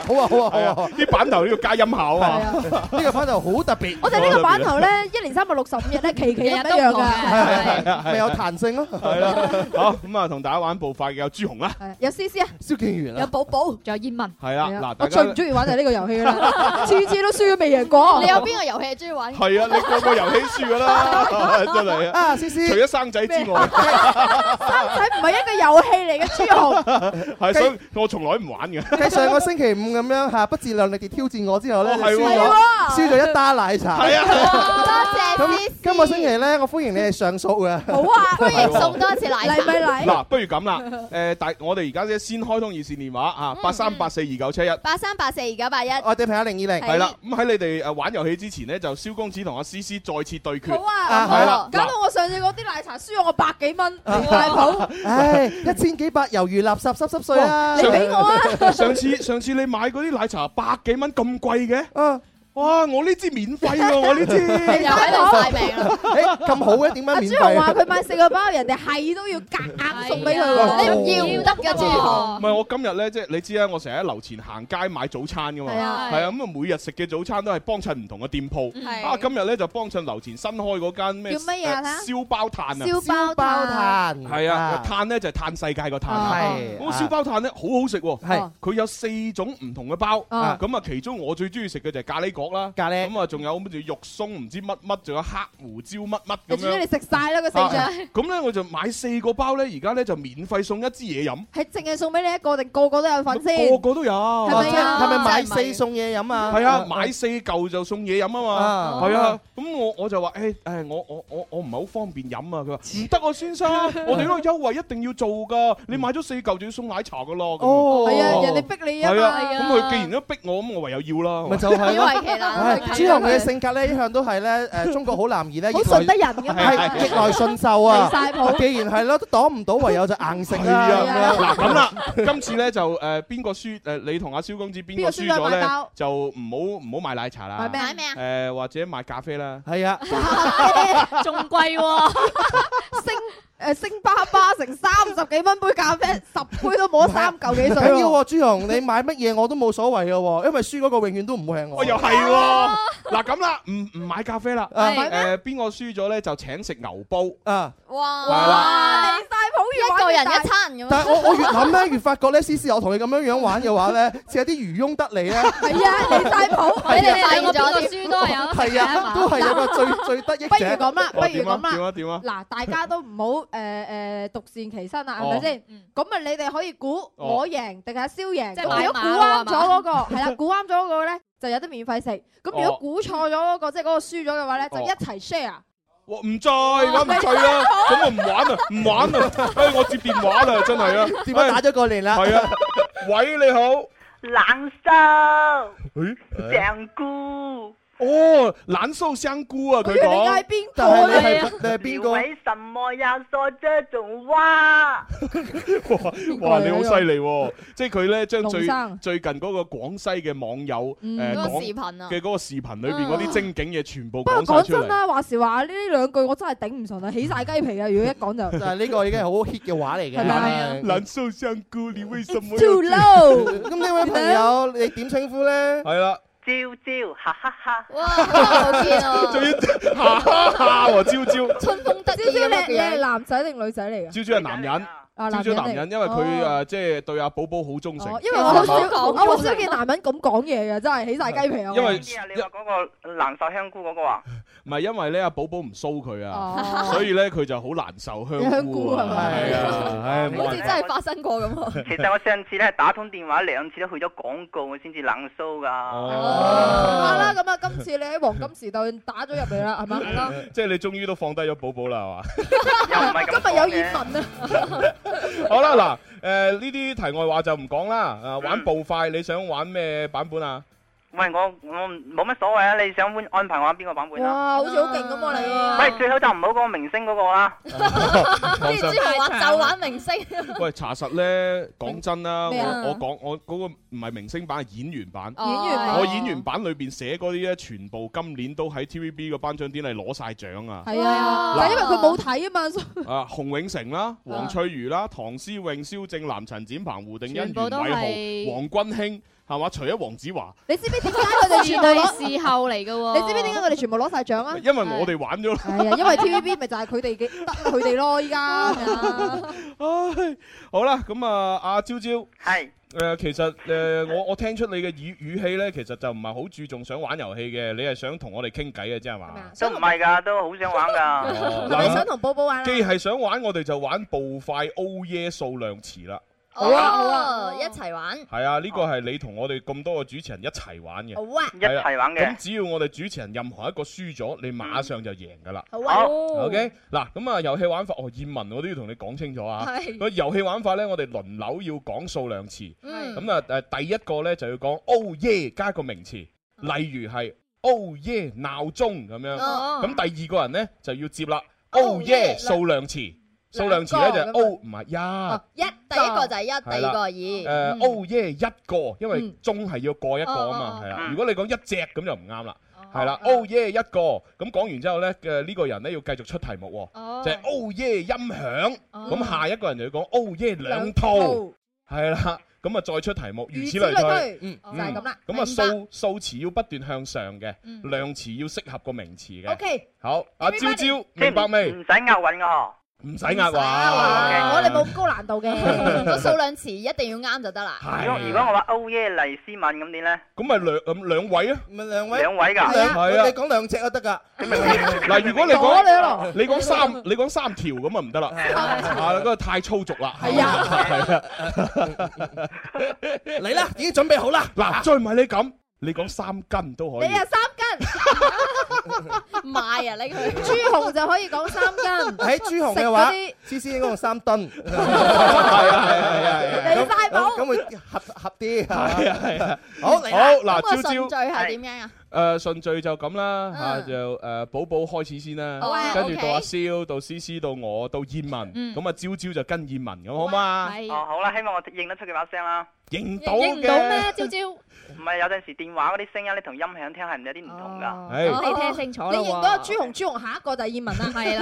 S9: 好啊好啊好啊好啊！
S5: 啲版頭呢度加音效啊
S9: 嘛，呢個版頭好特別。
S7: 我哋呢個版頭咧，一年三百六十五日咧，期期
S1: Dạ,
S7: 都唔一樣㗎，
S9: 咪有彈性咯。
S5: 係啦，好咁啊，同大家玩步快嘅有朱紅啦，
S7: 有思思啊，
S9: 蕭敬元
S7: 有
S9: 啊，
S7: 寶寶，仲有燕文。
S5: 係啦，嗱，
S7: 啊我
S5: 大家
S7: 最唔中意玩就係呢個遊戲㗎啦，次次都輸都未贏過。
S1: 你有邊個遊戲係中意玩？
S5: 係啊，你個個遊戲輸㗎啦，真係啊！
S9: 啊，思思，
S5: 除咗生仔之外。
S7: 唔係一個遊戲嚟嘅，朱紅。
S5: 係，所以我從來唔玩嘅。
S9: 繼上個星期五咁樣嚇不自量力地挑戰我之後咧，
S5: 哦
S9: 你
S5: 係
S9: 輸
S5: 喎
S9: 咗輸咗一打奶茶。
S5: 係啊
S9: 多謝咁 今個星期咧，我歡迎你係上訴嘅。
S7: 好啊
S1: 歡迎送多一次奶茶
S7: 嚟咪嚟
S5: 嗱，不如咁 啦，誒，大我哋而家先開通熱線電話
S7: 嗯
S5: 啊，八三八四二九七一。
S1: 八三八四二九八一，
S9: 我哋朋友零二零
S5: 係啦，咁喺你哋誒玩遊戲之前呢，就蕭公子同阿思思再次對決。
S7: 好啊，
S5: 係啦，
S7: 搞到
S5: 嗱
S7: 我上次嗰啲奶茶輸我百幾蚊，
S9: À.
S7: 大譜。
S9: 唉，一千幾百猶如垃圾濕濕碎啊！
S5: 上 上次上次你買嗰啲奶茶百幾蚊咁貴嘅，
S9: 哦
S5: 哇！我呢支免 費喎，我呢支
S7: 又喺度晒命啦
S9: 誒咁好嘅，點解
S7: 阿
S9: 免
S7: 朱紅話
S9: 費？
S7: 佢買四個包，人哋係都要夾硬送俾佢
S9: 係啊
S7: 喎，
S9: 你唔要唔得
S7: 㗎朱紅
S5: 唔係我今日咧，即係你知啊啦，我成日喺樓前行街買早餐噶嘛，
S7: 係啊
S5: 係啊，咁啊每日食嘅早餐都係幫襯唔同嘅店鋪。
S7: 係
S5: 啊，今日咧就幫襯樓前新開嗰間咩
S7: 叫乜嘢啊睇下
S5: 誒燒包炭啊！
S7: 燒包炭
S5: 係啊，炭咧就係炭世界個炭
S7: 哦
S5: 啊。
S9: 係
S5: 咁燒包哦炭咧好好食喎，
S9: 係
S5: 佢有四種唔同嘅包，
S9: 啊
S5: 咁啊其中我最中意食嘅就係咖喱角啦，咖喱咁啊仲有咁就肉鬆唔知乜乜，仲有黑胡椒乜乜
S7: 你總
S5: 咁
S7: 之
S5: 樣
S7: 你。食晒啦個四
S5: 啊
S7: 張，
S5: 咁咧我就買四個包咧，而家咧就免費送一支嘢飲。
S7: 係淨係送俾你一個定個個都有份先？
S5: 個個都有，
S7: 係咪啊
S9: 係咪買四送嘢飲啊？
S5: 係啊，買四嚿就送嘢飲啊嘛
S9: 啊，
S5: 係啊，咁我我就話誒誒，我我我我唔係好方便飲啊，佢話唔得啊，先生，我哋嗰個優惠一定要做噶，你買咗四嚿就要送奶茶噶咯，
S9: 哦係啊
S7: 人哋逼你啊嘛
S5: 係
S7: 係
S5: 咁
S7: 啊
S5: 佢既然都逼我，咁我唯有要啦，
S9: 咪就係啊咯以為其
S7: 難
S9: 唉
S7: 去睇
S9: 朱紅嘅性格咧，一向都係咧，誒中國好男兒咧，
S7: 好
S9: 逆來
S7: 順得人㗎嘛
S9: 係逆來順 受啊！
S7: 離晒譜
S9: 既然係咯，都擋唔到，唯有就硬食
S5: 係啊，
S9: 啦。
S5: 嗱咁啦，今次咧就誒邊個輸誒你同阿蕭公子邊個輸
S9: 邊
S5: 咗
S9: 個輸咗
S5: 咧
S9: 買包，
S5: 就唔好唔好買奶茶啦，
S9: 買咩
S1: 買咩啊
S5: 誒或者買咖啡啦，
S9: 係啊，
S1: 仲貴喎，
S7: 誒誒星巴巴成三十幾蚊杯咖 啡，十杯都冇得三嚿幾水
S9: 唔緊要
S7: 喎。
S9: 喎，朱紅，你買乜嘢我都冇所謂嘅喎，因為輸嗰個永遠都唔會係我。
S5: 我又係喎，嗱咁啦，唔唔買咖啡啦，
S9: 係
S5: 誒邊個輸咗咧就請食牛煲
S9: 啊，
S1: 哇！
S5: 係啦
S1: 離晒譜，一個人一餐咁樣。
S9: 但係我我越諗咧，越發覺咧，思思我同你咁樣樣玩嘅話咧，似有啲漁翁得利 咧。係
S7: 啊你晒 譜
S9: 係啊
S7: 你哋兩個
S9: 係啊
S7: 邊個輸都有
S9: 係啊，都係有個最最得益者。
S7: 不如咁啦，不
S9: 哦
S7: 如咁啦，
S9: 點啊點啊點啊！
S7: 嗱，大家都唔好誒誒獨善其身啊，係咪
S9: 哦
S7: 先？
S1: 嗯
S7: 咁啊，你哋可以估我贏定係蕭贏。
S6: 即係
S7: 咁如
S6: 買
S7: 果估
S6: 馬啦
S7: 啱
S1: 啊
S7: 咗嗰個， 係啦，估啱咗嗰個咧就有得免費食。咁如
S5: 哦
S7: 果估錯咗嗰個，即係嗰個輸咗嘅話
S9: 哦
S7: 咧，就一齊 share。
S5: 我唔再咁唔再啦，咁我唔玩啦，唔玩啦，哎我接電話啦，真 係啊，
S9: 電話打咗過嚟啦，
S5: 係啊，喂你好，
S14: 冷收
S5: 誒
S14: 香菇，
S5: 哦，懶酥香菇啊，
S7: 哦
S5: 佢講，
S7: 邊
S9: 但係你係你係邊
S14: 你
S9: 個？
S14: 为什么要说这种话？
S5: 哇你好犀利喎，即係佢咧將最
S14: 龍生
S5: 最近嗰個廣西嘅網友
S7: 嗯
S5: 誒
S7: 嗰個
S5: 講
S7: 視頻啊嗯
S5: 嘅嗰個視頻裏邊嗰啲精警嘢全
S7: 不
S5: 部
S7: 過
S5: 講
S7: 講
S5: 晒出
S7: 真
S5: 嚟，
S7: 啦，話時話呢兩句我真係頂唔順啊，起晒雞皮啊！如果一講 就
S9: 就係呢個已經係好 hit 嘅話嚟嘅。
S7: 係咪啊
S5: 懶酥香菇，你為什麼
S7: too low
S9: 咁呢位朋友，你點稱呼咧？
S5: 係啦。
S14: 朝朝，哈哈哈！
S1: 哇，好久見 啊！
S5: 仲要下下喎，朝朝
S1: 春風得
S7: 知
S1: 意
S7: 唔知
S1: 咁
S7: 你
S1: 嘅
S7: 你係
S1: 樣。
S7: 男仔定女仔嚟㗎？
S5: 朝朝係男人。
S7: 啊
S5: 朝朝
S7: 男人嚟
S5: 男人，因為佢啊
S7: 哦
S5: 誒即係對阿寶寶好忠誠
S7: 哦。因為我好少
S14: 講
S7: 我好少見男人咁講嘢嘅，真係起晒雞皮啊！
S5: 因為
S14: 你話嗰個冷受香菇嗰個啊？
S5: 唔係因為咧，阿寶寶唔騷佢啊，
S14: 哦
S5: 所以咧佢就好難受香
S14: 香
S5: 菇
S14: 菇
S5: 啊
S14: 係，咪
S5: 係啊，唉冇
S1: 好似
S5: 人
S1: 真係發生過咁 喎。
S14: 其實我上次咧打通電話兩次都去咗廣告，我先至冷騷㗎。
S7: 啊
S5: 哦
S7: 好啦，咁啊，今次你喺黃金時代打咗入嚟啦，係咪？係咯，
S5: 即係你終於都放低咗寶寶 啦，
S7: 哦今日有耳聞啊！
S5: 係嘛？好啦，嗱，誒呢啲題外話就唔講啦。誒玩步快，你想玩咩版本 啊？
S14: 喂，我我冇乜所謂啊！你想安安排我玩邊個版本啊？
S7: 哇，好似好勁咁喎你
S14: 喂，
S1: 啊
S7: 喎！
S14: 最好就唔好講明星嗰個啊啦。
S5: 放心
S1: 朱紅話啊就玩明星，
S5: 喂，查實咧，講真啦，
S1: 咩啊
S5: 我我講我嗰個唔係明星版，係演員版。
S1: 哦演員版
S5: 我演員版裏邊寫嗰啲咧，全部今年都喺 TVB 個頒獎典禮攞晒 獎啊！
S7: 係啊，但係因為佢冇睇啊嘛，所以
S5: 啊，洪永城啦、黃翠如啦、唐詩詠、蕭正、南陳展鵬、胡定欣、袁
S7: 全部都
S5: 偉豪、
S7: 係
S5: 黃君馨，係嘛？除咗黃子華，
S7: 你知唔知點解佢哋全部 攞？
S6: 事後嚟嘅喎。
S7: 你知唔知點解佢哋全部攞晒 獎啊？
S5: 因為我哋玩咗啦。
S7: 係啊，因為 TVB 咪就係佢哋嘅得佢哋咯， 依家
S5: 唉，好啦，咁啊，阿朝朝
S14: 係
S5: 誒，其實誒，我我聽出你嘅語語氣咧，其實就唔係好注重想玩遊戲嘅，你係想同我哋傾偈嘅啫係嘛？
S14: 都唔係㗎，都好想玩
S5: 哦
S14: 㗎。
S5: 嗱
S7: 啊想同寶寶玩啊？
S5: 既係想玩，我哋就玩步快 O 耶數量詞啦。
S1: 好啊好啊，一齊玩。
S5: 係啊，呢個係你同我哋咁多個主持人一齊玩嘅。
S1: 好啊
S5: 係啦
S14: 一齊玩嘅
S5: 咁只要我哋主持人任何一個輸咗，你馬上就贏㗎啦。
S1: 好啊好
S5: OK，嗱，咁啊，遊戲玩法，哦，燕文我都要同你講清楚啊。
S1: 係
S5: 個遊戲玩法咧，我哋輪流要講數量詞。
S1: 嗯
S5: 咁啊，誒，第一個咧就要講 Oh yeah 加個名詞，例如係 Oh yeah 鬧鐘咁樣。
S4: 哦
S5: 咁第二個人咧就要接啦。Oh yeah 數量詞，數量詞咧就係
S1: 兩個
S5: O 唔係一。
S1: 一第一個就係一，
S5: 係
S1: 第
S5: 啦
S1: 二個二。
S5: 誒 O 耶一個，因為鐘係要過一個啊
S1: 哦哦
S5: 嘛，
S1: 哦
S5: 係啦
S1: 嗯。
S5: 如果你講一隻咁就唔啱啦，係啦。O 耶一個，咁講完之後咧，嘅呢個人咧要繼續出題目
S4: 哦
S8: Ờ,
S5: 喎，就係 O 耶音響。
S4: 哦
S5: 咁下一個人就要講 O 耶兩套，係啦。咁啊再出題目，如此
S4: 如
S5: 類
S4: 此類
S5: 推
S4: 推，
S5: 嗯
S4: 就係咁啦
S5: 嗯咁啊
S4: 明白
S5: 數數詞要不斷向上嘅
S14: 嗯，
S5: 量詞要適合個名詞嘅。
S7: OK
S5: 好，阿朝朝
S14: Everybody
S5: 明白未？
S14: 唔使押韻㗎。
S5: 唔使押
S7: 啊
S5: 話，
S7: 我哋冇高難 度嘅。
S1: 個數量詞一定要啱就得啦。
S5: Ờ。
S14: 如果如果我話 Oh yeah 黎思敏咁點咧？
S5: 咁咪兩咁兩位啊？
S9: 咪兩位，
S14: 兩位㗎
S9: 兩
S5: 係啊
S9: 你講兩隻都得㗎。
S5: 嗱，如果你
S9: 講你咯
S5: 講你講三你講三條咁啊唔得啦，啊嗰個太粗俗啦。係啊，係啊，
S9: 嚟啦，已經準備好啦。
S5: 嗱，再唔係你咁，你講三斤都可以
S7: 你。啊三
S1: 斤，賣
S8: à,
S1: 啊你佢
S7: 朱紅就可以講三 斤。
S9: 喺朱紅嘅話
S7: 食嗰啲，
S9: 思思應該用三噸。係
S5: 啊係啊係啊係啊
S9: 咁
S7: 晒
S9: 咁咁會合合啲。
S5: 係啊係啊，
S9: 好
S5: 好
S9: 嚟啦
S5: 嗱，
S1: 咁
S5: 朝
S1: 個順序
S5: 朝
S1: 係點
S8: à.
S1: 樣啊？
S5: 誒順序就咁啦嚇，就誒寶寶開始先啦
S1: 好啊，
S5: 跟住
S1: OK
S5: 到阿蕭，到思思，到我，到燕文，
S14: 嗯
S5: 咁啊朝朝就跟燕文咁好嘛？
S14: 哦，好啦，希望我認得出佢把聲啦。
S5: 認到
S14: 認
S5: 嘅。
S14: 朝朝？唔係有陣時電話嗰啲聲音，你同音響聽係唔有啲唔同㗎。
S5: 係
S1: 哦
S15: 咁你聽清楚啦
S7: 你認啊
S15: 喎
S7: 到阿朱紅，朱紅下一個第二問啦，係啦。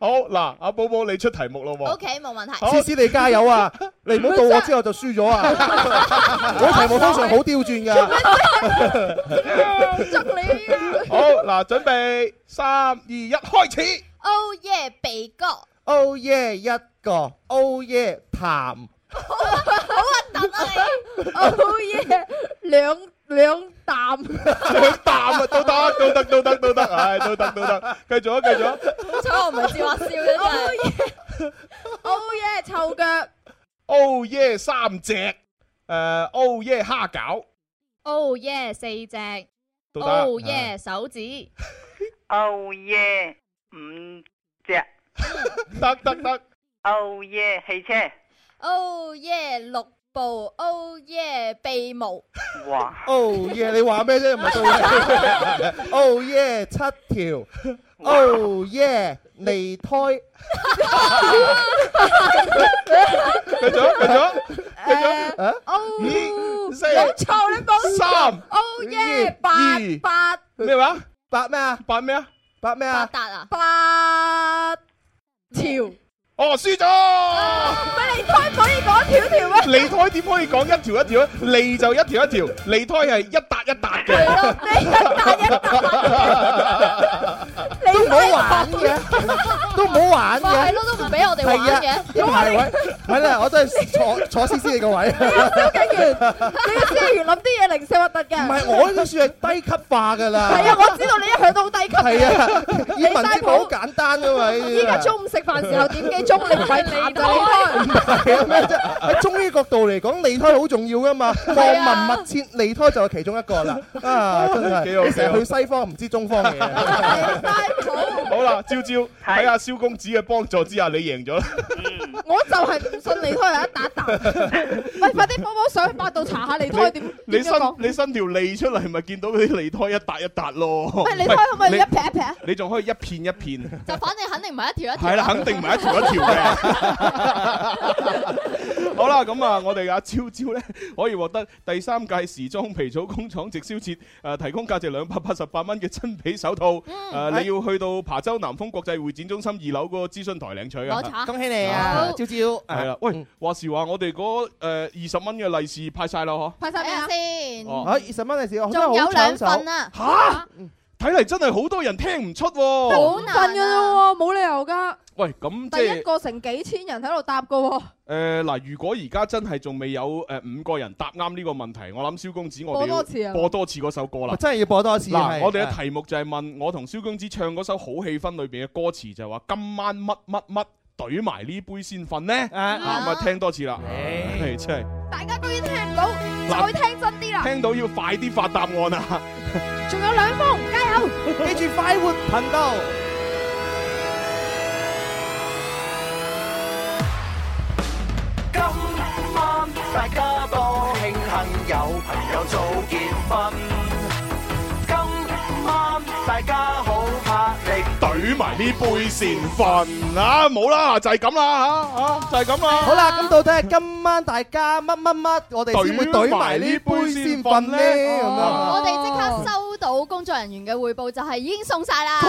S5: 好嗱，阿寶寶你出題目咯喎。
S1: OK，冇問題。
S9: 思思你加油啊！你唔好到我之後就 輸咗啊！我題目通常好刁轉㗎。
S5: 好嗱，準備三二一，開始。
S1: Oh yeah，鼻哥，好
S9: Oh yeah 一個，Oh yeah 談。
S1: 核突啊你！
S7: 好嘢，兩兩啖，
S5: 兩啖啊，都得，都得，都得，都得，唉，都得，都得，繼續啊，繼續啊。
S7: 好彩我唔係笑話笑嘅真係。Oh yeah，臭腳
S5: Oh yeah，三隻，誒，Oh yeah，蝦餃，
S15: Oh
S1: 哦
S15: yeah，四隻
S5: 都得
S15: ，Oh yeah，手指
S14: Oh yeah，五隻，
S5: 得得得。
S14: Oh yeah，汽車，
S1: ，Oh yeah，六部，Oh yeah，鼻毛，
S14: 哇！
S9: Oh yeah 你話咩啫？唔係到 你。Oh yeah 七條。Oh yeah 離胎。
S5: 繼續，繼續，繼續。
S9: 啊
S5: 五、四、
S7: 冇哦錯你冇錯
S5: 三、
S7: Oh yeah，
S5: 二
S7: 八八
S5: 咩話？
S9: 八咩啊？
S5: 八咩啊？
S9: 八咩
S7: 八
S9: 啊？
S1: 達啊，
S7: 八條。
S5: 哦，輸咗。
S7: 咪你胎可以講條條咩？
S5: 離胎點可以講一條一條啊？離就一條一條，離胎係一笪一笪 嘅。
S9: 都唔好玩嘅，都唔好玩
S15: 哇
S9: 嘅
S15: 係。咯都唔俾我哋玩嘅
S9: 係啊一排位，係啦，我都係坐坐思思你個位。
S7: 你嘅司員諗啲嘢零舍核突嘅。
S9: 唔係我呢個算係低級化㗎啦。
S7: 係啊，我知道你一向都好低級嘅。
S9: 係啊，以文字好
S7: 簡
S9: 簡單㗎嘛。
S7: 依家中午食飯時候點幾鐘？你唔係你胎？
S9: 係啊咩啫？喺 中醫角度嚟講，離胎好重要噶嘛。望
S7: 係啊
S9: 聞問切，離胎就係其中一個啦。啊，真
S5: 幾好
S9: 係你成日去
S5: 幾
S9: 西方唔知中方嘅。
S5: 好啦，朝朝喺阿蕭公子嘅幫助之下，你贏咗啦。
S7: 我就係唔信你胎有一打一打。 喂，快啲寶寶上去百度查下你胎點
S5: 你
S7: 點
S5: 伸
S7: 樣講。
S5: 你伸條脷出嚟，咪見到嗰啲脷胎一笪一笪咯。
S7: 喂，你胎可唔可以一撇一撇啊？
S5: 你你仲可以一片一片。
S1: 就反正肯定唔係一條一條。
S5: 係啦，肯定唔係一條一條嘅。 好啦，咁啊，我哋阿超超咧可以獲得第三屆時裝皮草工廠直銷節誒提供價值兩百八十八蚊嘅真皮手套。誒，
S9: 係
S5: 你要去到琶洲南豐國際會展中心二樓嗰個諮詢台領取啊。
S9: 恭喜你啊，朝朝。
S5: 係啦，喂， 話時話我哋嗰誒呃二十蚊嘅利是派晒啦，嗬。
S7: 派晒
S1: 咩
S5: 哦
S9: 啊，二十蚊利是，我真
S1: 仲
S9: 係
S1: 有
S9: 好搶
S1: 兩
S9: 手。
S1: 份啊！
S5: 嚇，睇嚟真係好多人聽唔出喎。
S7: 份㗎啫喎，冇理由㗎。
S5: 喂，咁即
S7: 第
S5: 係
S7: 一。個成幾千人喺度答㗎喎，
S5: 誒嗱、如果而家真係仲未有誒、五個人答啱呢個問題，我諗蕭公子我哋
S7: 播多
S5: 要
S7: 次啊
S5: 播多次嗰首歌啦。
S9: 真係要播多次
S5: 嗱，
S9: 啊係
S5: 我哋嘅題目就係問我同蕭公子唱嗰首《好氣氛》裏邊嘅歌詞，就係話今晚乜乜乜懟埋呢杯先瞓呢。啊，咪聽多次啦。唉真係
S7: 大家居然聽唔到，
S5: 嗱
S7: 再聽真啲啦。
S5: 聽到要快啲發答案啊！
S7: 仲有兩封，加油！
S9: 記住快活頻道。
S4: 今晚大家多慶幸，有朋友早結婚。今晚大家好拍力，
S5: 懟埋呢杯先瞓啊！冇啦，就係咁啦嚇，啊就係咁啦。
S9: 好啦，咁到底係今晚大家乜乜乜，我哋先會懟埋呢杯先瞓呢？咁樣啊。
S1: 哦我哋即刻收到工作人員嘅匯報，就係已經送 晒啦。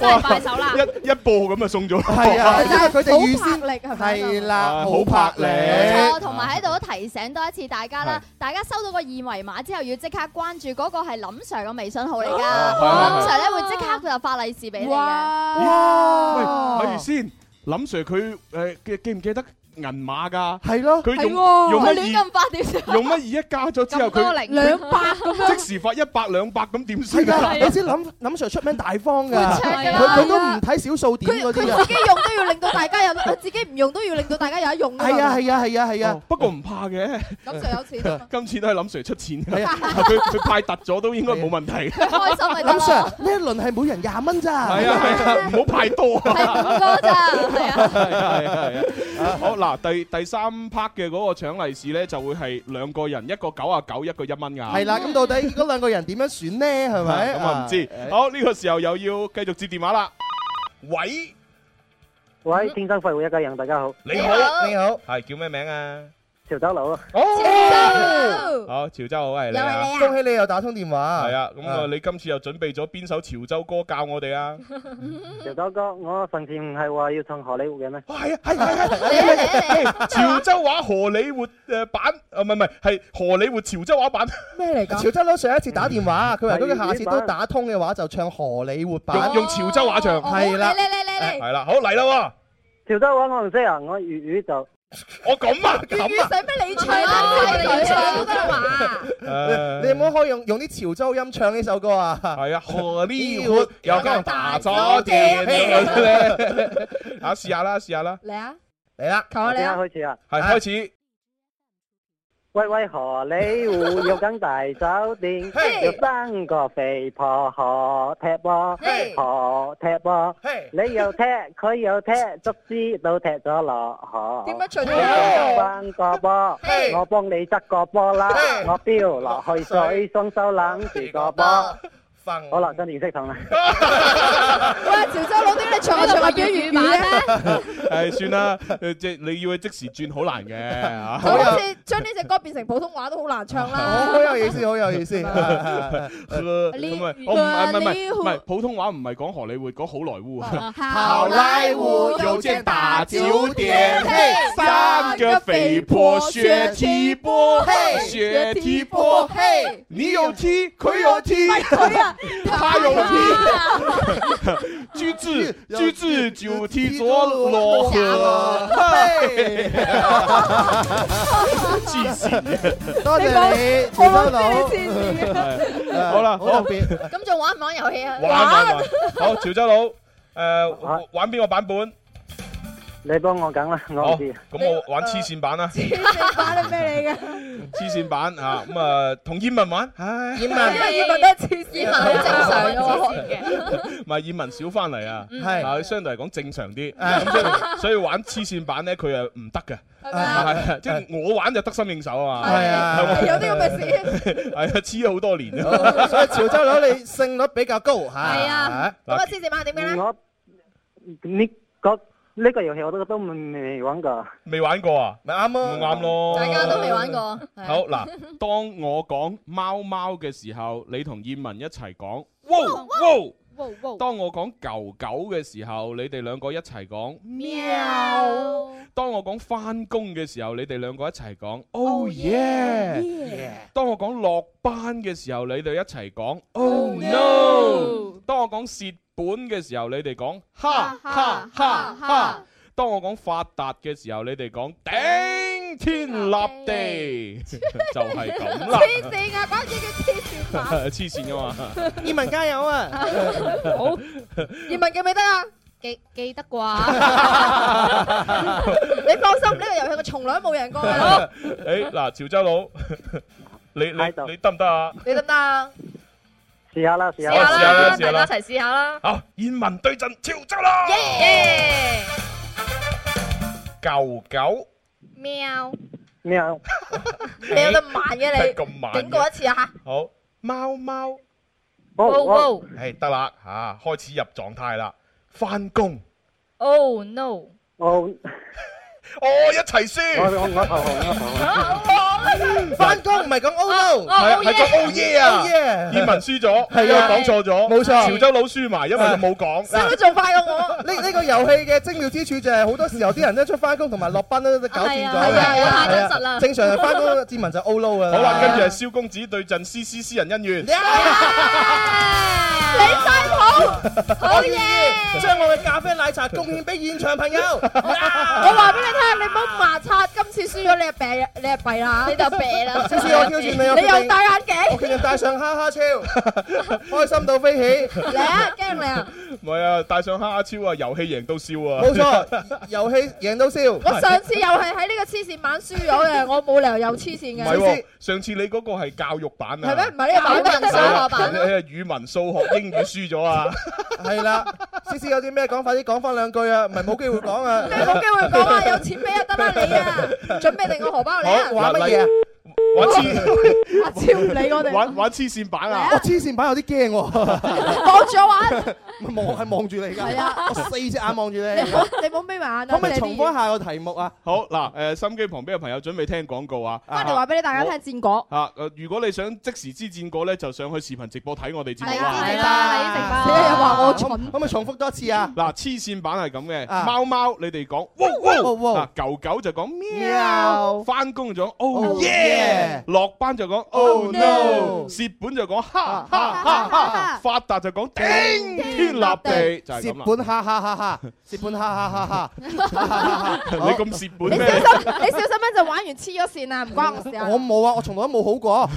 S5: 真係
S1: 快手啦
S5: 一一播咁就送咗。
S9: 係啊，因為佢哋預先
S7: 力係
S9: 咪？係啦，
S5: 啊
S9: 好拍
S1: 冇錯
S9: 力。
S1: 同埋喺度都提醒多一次大家啦
S9: 係，
S1: 大家收到個二維碼之後要即刻關注嗰個係林 Sir 嘅微信號嚟㗎，
S5: 哦係係係
S9: 啊
S1: 林 Sir 咧會即刻就發利是俾你嘅。
S5: 哇！喂，咪如先，林 Sir 佢誒記記唔記得銀碼㗎？
S9: 係咯，
S5: 佢用
S1: 喎
S5: 用
S1: 佢
S5: 乜
S1: 亂咁
S5: 嘢？
S1: 發點算？
S5: 用乜嘢一加咗之後，
S1: 咁多
S5: 佢
S1: 零兩
S7: 百咁
S5: 樣， 即時發一百兩百咁點
S9: 係
S5: 算啊
S9: 㗎，你知林林 Sir 出名大方㗎，
S7: 闊綽㗎
S9: 佢
S7: 啦
S9: 佢都唔睇小數點嗰啲
S7: 佢
S9: 啊
S7: 自。己用都要令到大家有，自己唔用都要令到大家有得用㗎嘛。
S9: 係啊係啊係啊係啊
S5: 哦。不過唔怕嘅，
S7: 林 Sir 有 錢啊嘛
S5: 今次都係林 Sir 出錢㗎，佢佢派突咗都應該冇問題。
S1: 開心咪得
S9: 林 Sir
S1: 咯。
S9: 呢一輪係每人廿蚊咋。
S5: 係啊係啊，唔好派 多啊。
S1: 係五個咋，係啊。
S5: 係啊係啊係啊！好嗱，第第三 part 嘅嗰個搶利是咧，就會係兩個人，一個九啊九，一個一蚊㗎。
S9: 係啦，咁到底嗰兩個人點樣選呢？係咪？
S5: 啊咁啊唔知。好，呢個時候又要繼續接電話啦。喂
S16: 喂，天生快活一家人，大家好。
S9: 啊
S5: 你好，你好，係叫咩名啊？
S16: 潮州佬啊！
S9: 哦，
S5: 好，潮州好係你啊！
S9: 恭喜你又打通電話。
S5: 係啊，咁啊，你今次又準備咗邊首潮州歌教我哋啊？
S16: 潮州哥，我上次唔係話要唱荷里活嘅咩？
S5: 係啊，係係係。潮州話荷里活誒版，啊唔係唔係，係荷里活潮州話版。
S9: 咩嚟㗎？潮州佬上一次打電話，佢話如果佢下次都打通嘅話，就唱荷里活版，哦
S5: 用用潮州話唱。
S9: 係啦，
S5: 係啦，好嚟啦
S16: 潮州話我唔識啊，我粵語就
S5: 我咁啊咁啊。
S7: 使咩你唱
S9: 啊
S7: 佢唱
S9: 得
S7: 話。
S9: 你有冇可以用用啲潮州音唱呢首歌啊？
S5: 係啊，荷里活又加大咗啲咧， 啊試下啦，試下啦，
S7: 嚟啊！
S9: 嚟啦，
S7: 求下你啊！
S16: 開始啊！
S5: 係開始。
S16: 喂喂，荷里活有間大酒店，有三個肥婆河踢波，河踢波，你又踢，佢又踢，卒之都踢咗落河。
S7: 點樣唱
S16: 你
S7: 啫
S16: 又翻個波，我幫你執個波啦，我飆落去水，雙手攬住個波。好啦，真係唔識唱啦。
S7: 喂，潮州佬點解你唱下唱下粵語版咧？
S5: 係算啦，誒即係你要佢即時轉好難嘅啊嚇。
S7: 就好似將呢只歌變成普通話都好難唱啊啦。
S9: 好有意思，好有意思。
S5: 咁啊，我唔係唔係唔係普通話唔係講荷里活，講好萊塢啊。
S7: 好萊塢有間大酒店嘿三
S5: 個
S7: 肥婆學踢
S5: 波，
S7: 嘿
S5: 學
S7: 踢波嘿，
S5: 你有踢，佢有踢，他有踢，居字居字就踢咗落河，嘿，黐線嘅，
S9: 多謝你，潮州佬。
S5: 好啦，好
S9: 特別。
S15: 咁仲玩唔玩遊戲啊？
S5: 玩玩玩，好潮州佬，誒玩邊個版本？
S16: 你幫我揀啦，我唔知。
S5: 咁我玩黐線版啦，
S7: 打你咩嚟嘅？
S5: 黐線版嚇，咁啊同葉問玩，唉，
S7: 因為葉問都係黐線，
S15: 葉問好正常嘅喎
S5: 唔係葉問少翻嚟啊，
S15: 嗯
S5: 係啊相對嚟講正常啲，咁所以所以玩黐線版咧，佢又唔得嘅，係啊即係我玩就得心應手啊嘛，
S9: 係啊
S5: 係嘛
S9: 有啲咁嘅
S5: 係啊，黐咗好多年啊，
S9: 所以潮州佬你勝率比較高嚇。
S15: 係啊，咁啊，黐線版係點嘅咧？
S16: 我呢個呢個遊戲我都都未玩過。
S5: 未玩過啊，
S9: 咪啱咯，
S5: 唔啱咯，
S15: 大家都未玩。過。係
S5: 好嗱，當我講貓貓嘅時候，你同燕文一齊講，哇哇！
S15: 哇哇
S5: 當我講狗狗嘅時候，你哋兩個一齊講；
S15: 喵！
S5: 當我講翻工嘅時候，你哋兩個一齊講。Oh yeah！當我講落班嘅時候，你哋一齊講。Oh no！當我講蝕本嘅時候，你哋講哈哈哈哈。當我講發達嘅時候，你哋講頂天立地， 就係咁啦。
S7: 黐線啊！關鍵叫黐線版。
S5: 黐線噶嘛。
S9: 葉文加油啊！
S7: 好，葉問記唔記得啊？
S15: 記記得啩？
S7: 你放心，呢個遊戲我從來都冇贏過啊㗎啦。
S5: 誒嗱，潮州佬，你你你得唔得啊？
S7: 你得唔得啊？
S16: 試下啦，試
S5: 下
S15: 試下啦，
S5: 試下啦試下
S15: 大
S5: 啦
S15: 家一齊試下啦。
S5: 好，燕文對陣潮州啦！
S15: 耶！
S5: 狗狗
S15: 喵！
S16: 喵，
S15: 你有得 慢嘅你，
S5: 咁慢嘅
S15: 整過一次啊嚇！
S5: 好，貓貓，
S15: Oh, oh.
S5: 係哎得啦嚇，開始入狀態啦，翻工，
S15: Oh no！
S16: 我
S5: 哦一齊輸，啊
S16: 我我我頭紅
S9: 翻工唔係講 oh
S5: 係
S9: no，
S5: 啊係講 oh yeah 啊
S9: Oh yeah
S5: 燕文輸咗，
S9: 係啊
S5: 因為講錯咗，
S9: 冇錯
S5: 潮州佬輸埋，因為佢冇講。
S7: 你仲快過我。
S9: 呢呢個遊戲嘅精妙之處就係好多時候啲人咧出翻工同埋落班都搞掂咗
S7: 係啊係啊
S9: 係啊
S7: 太真實啦
S9: 正常係翻工志文就 O low 噶啦。
S5: 好啦，跟住係蕭公子對陣 C C 私人姻
S9: 啊
S5: 緣，
S7: 你晒譜，
S9: 好嘢！將我嘅咖啡奶茶貢獻俾現場朋友。
S7: 我話俾你聽，你唔好麻擦，今次輸咗你係病，你係弊啦，
S15: 你就弊啦
S9: 思思，我挑戰你，我
S7: 你
S9: 決
S7: 又
S9: 定
S7: 戴眼鏡
S9: 我，決定戴上哈哈超，開心到飛起。
S7: 嚟啊，驚你啊！
S5: 唔係啊，戴上蝦超啊，遊戲贏到笑啊，
S9: 冇錯，遊戲贏到笑。
S7: 我上次又係喺呢個黐線版輸咗嘅，我冇理由又黐線
S5: 唔
S7: 嘅。
S5: 係喎，上次你嗰個係教育版啊，
S7: 係咩？唔係呢個版本
S5: 係啊你係語文、數學、英語輸咗啊！
S9: 係啦，思思有啲咩講，快啲講翻兩句啊！唔係冇機會講啊。
S7: 你冇機會講啊！有錢俾就得啦，你啊，準備定個荷包嚟啊！
S5: 嗱，例玩黐，
S7: 阿超唔理我哋
S5: 玩玩黐線版啊！
S9: 我黐線版有啲驚喎，
S7: 望住我玩，
S9: 望係望住你㗎，
S7: 係啊
S9: 我四隻眼望住
S7: 你
S9: 你
S7: 唔。好你唔好眯埋眼
S9: 可
S7: 啊！
S9: 唔可以
S7: 你哋啲
S9: 重
S7: 嘢
S9: 複一下個題目啊？
S5: 好嗱，誒，心機旁邊嘅朋友準備聽廣告啊！
S7: 翻嚟話俾你大家聽戰果。
S5: 啊！誒如果你想即時知戰果咧，就上去視頻直播睇我哋節目
S9: 啊
S5: 啦。
S7: 係啦睇直播你又話我蠢，
S9: 可唔可以重複多次啊？
S5: 嗱，黐線版係咁嘅，
S9: 啊
S5: 貓貓你哋講，
S9: 哇哇哇
S5: 啊狗狗就講喵，
S9: 喵
S5: 翻工就講 oh
S9: Oh
S5: yeah，
S9: yeah
S5: 落班就講 oh no，
S9: no
S5: 蝕本就講哈哈哈哈，發達就講頂天立地，就係咁啦
S9: 蝕。本哈哈 哈哈，蝕本哈哈哈哈。
S5: 你咁蝕本
S7: 你
S5: 咩？
S7: 小心，你小心咧就玩完黐咗線啦，唔關我事啊！
S9: 我冇啊，我從來都冇好過。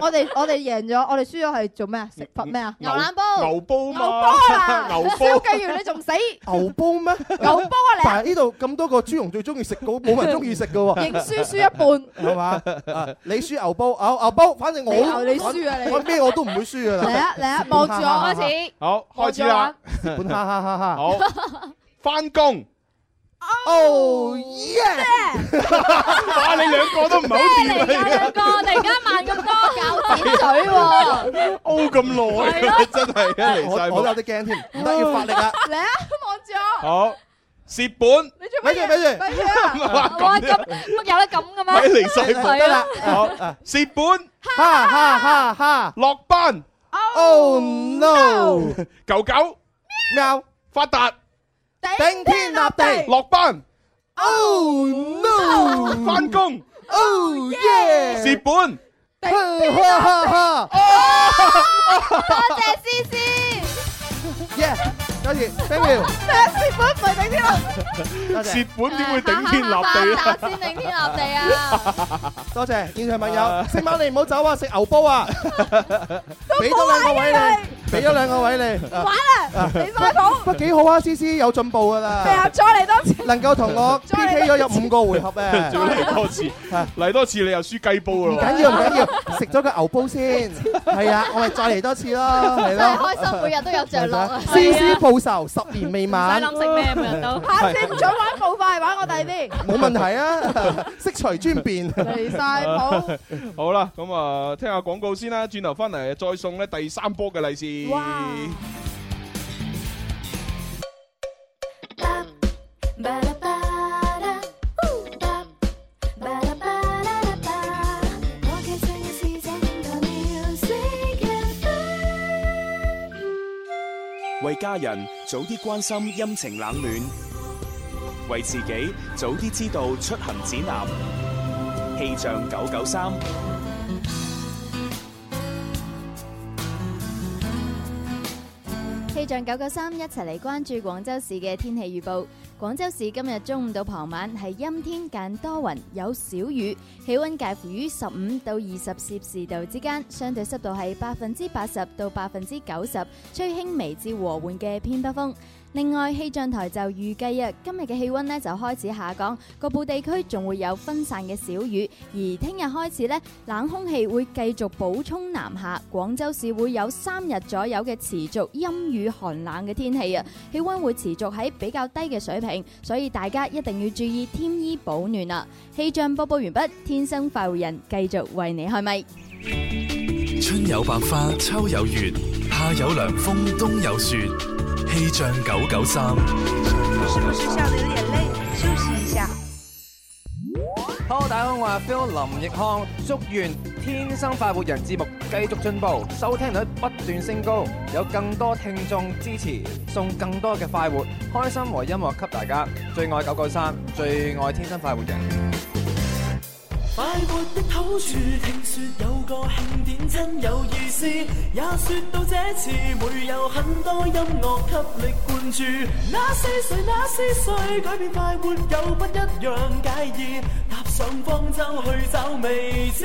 S7: 我哋我哋贏咗，我哋輸咗係做咩啊？食罰咩啊？
S9: 牛腩煲
S5: 牛煲
S7: 牛煲 啊！
S9: 牛煲
S7: 蕭敬元你仲 死？
S9: 牛煲咩？
S7: 牛煲啊你
S9: 但係呢度咁多個豬紅最中意食嘅，冇人中意食嘅喎。
S7: 認輸輸一 半
S9: 係嘛？啊你輸牛煲，牛牛煲，反正我
S7: 你牛你輸啊你
S9: 我咩我都唔會輸㗎啦。
S7: 嚟啊嚟啊！望住我開始。
S5: 好，開始啦！
S9: 本哈哈哈哈。
S5: 好，翻工。
S9: Oh yeah！
S5: 哇！你兩個都唔係好掂啊！兩
S17: 個突然間慢咁多，
S7: 搞尖嘴 喎。
S5: ，O 咁耐啊，真係一嚟晒
S9: 我我都有啲驚添，唔得要發力啊！
S7: 嚟啊！望住我。
S5: 好，蝕本。
S7: 你做乜嘢？咪住啊！
S17: 哇咁乜有得咁嘅咩？
S5: 咪嚟晒
S17: 係
S5: 本
S17: 啦，
S5: 好，
S9: Ờ.
S5: 蝕本。
S9: 哈哈哈哈！
S5: 落班。
S9: Oh no！Oh,
S5: 狗狗。
S9: 喵。
S5: 發達。
S9: 頂天立地。
S5: 落班。
S9: Oh no！
S5: 翻工。
S9: Oh yeah！
S5: 蝕本。
S9: 哈哈哈！
S17: 多謝思思，
S9: Yeah，多謝，thank
S7: 咩？
S9: you。
S7: 蝕本唔係頂天立
S9: 多
S5: 蝕本
S9: 謝
S5: 點會頂天立地
S17: 發
S5: 啊？
S17: 達先頂天立地啊！
S9: 多謝現場朋友，食晚你唔好走啊，食牛煲啊，俾咗兩個位你，俾咗兩個位你。
S7: 玩 啦！你快
S9: 不過幾好啊，思思有進步噶
S7: 係啊！
S9: 啦，
S7: 再嚟多次。
S9: 能夠同我 PK 咗有五個回合
S5: 再
S9: 誒，
S5: 嚟多次，嚟多次你又輸雞煲
S9: 啊唔
S5: 咯。
S9: 緊要唔緊要，食咗個牛煲先，係啊，我哋再嚟多次咯，係
S1: 真係
S9: 咯。
S1: 開心，每日都有着落啊！
S9: 思思報仇十年未晚，
S7: 下次唔准玩步快，玩我第啲。
S9: 冇問題啊， 悉隨尊便。
S7: 離晒譜。
S5: 好啦，咁啊，聽下廣告先啦，轉頭翻嚟再送咧第三波嘅利是。
S10: 为家人早啲关心阴晴冷暖，为自己早啲知道出行指南。气象九九三，
S1: 氣象九九三一齊嚟關注廣州市嘅天氣預報。廣州市今日中午到傍晚係陰天間多雲有小雨，氣温介乎於十五到二十攝氏度之間，相對濕度係百分之八十到百分之九十，吹輕微至和緩嘅偏北風。另外，氣象台就預計啊，今日嘅氣温呢就開始下降，局部地區仲會有分散嘅小雨。而聽日開始呢，冷空氣會繼續補充南下，廣州市會有三日左右嘅持續陰雨寒冷嘅天氣啊，氣温會持續喺比較低嘅水平，所以大家一定要注意添衣保暖啊！氣象播報完畢，天生快活人繼續為你開咪。
S18: 春有百花，秋有月，夏有涼風，冬有雪。氣象九九三，
S4: Hello，大家好，我係 Phil 林奕康，祝願《天生快活人》節目繼續進步，收聽率不斷升高，有更多聽眾支持，送更多嘅快活、開心和音樂給大家。最愛九九三，最愛《天生快活人》。
S19: 快活的好處，聽說有個慶典真有意思，也說到這次會有很多音樂給力灌注。那是誰？那是誰？改變快活有不一樣介意，踏上方舟去找未知。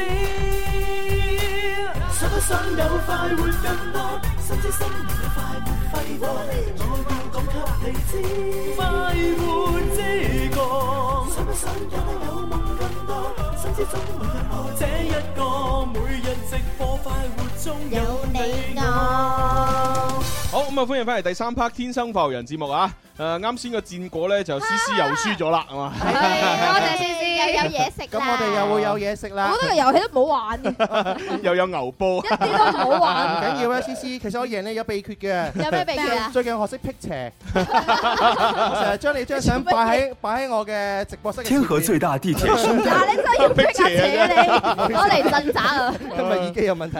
S19: 想不想有快活更多？心知心明嘅快活揮霍，我要講給你知，快活之歌。想不想有得有夢更多？心知中每日愛這一個，每日直播快活中有你我。
S5: 好咁啊，歡迎翻嚟第三 part《天生浮人》節目啊！誒，啱先個戰果咧就思思又輸咗啦，係嘛？
S8: dạ,
S17: 多謝思思，繼
S1: 我哋有嘢食啦。
S9: 咁我哋又會有嘢食啦。
S7: 我覺得個遊戲都唔好玩嘅。
S5: 又有牛波，一
S7: 啲都唔好玩
S9: 唔緊要啊，思思，其實我贏你有秘訣嘅。
S7: 有咩秘訣啊？
S9: 最近學識辟邪。我成日將你張相擺喺-擺喺我嘅直播室嘅
S20: 天河
S9: 前面。
S20: 最大地铁深圳。
S5: 啊
S1: 啊
S9: 今日耳機有問題。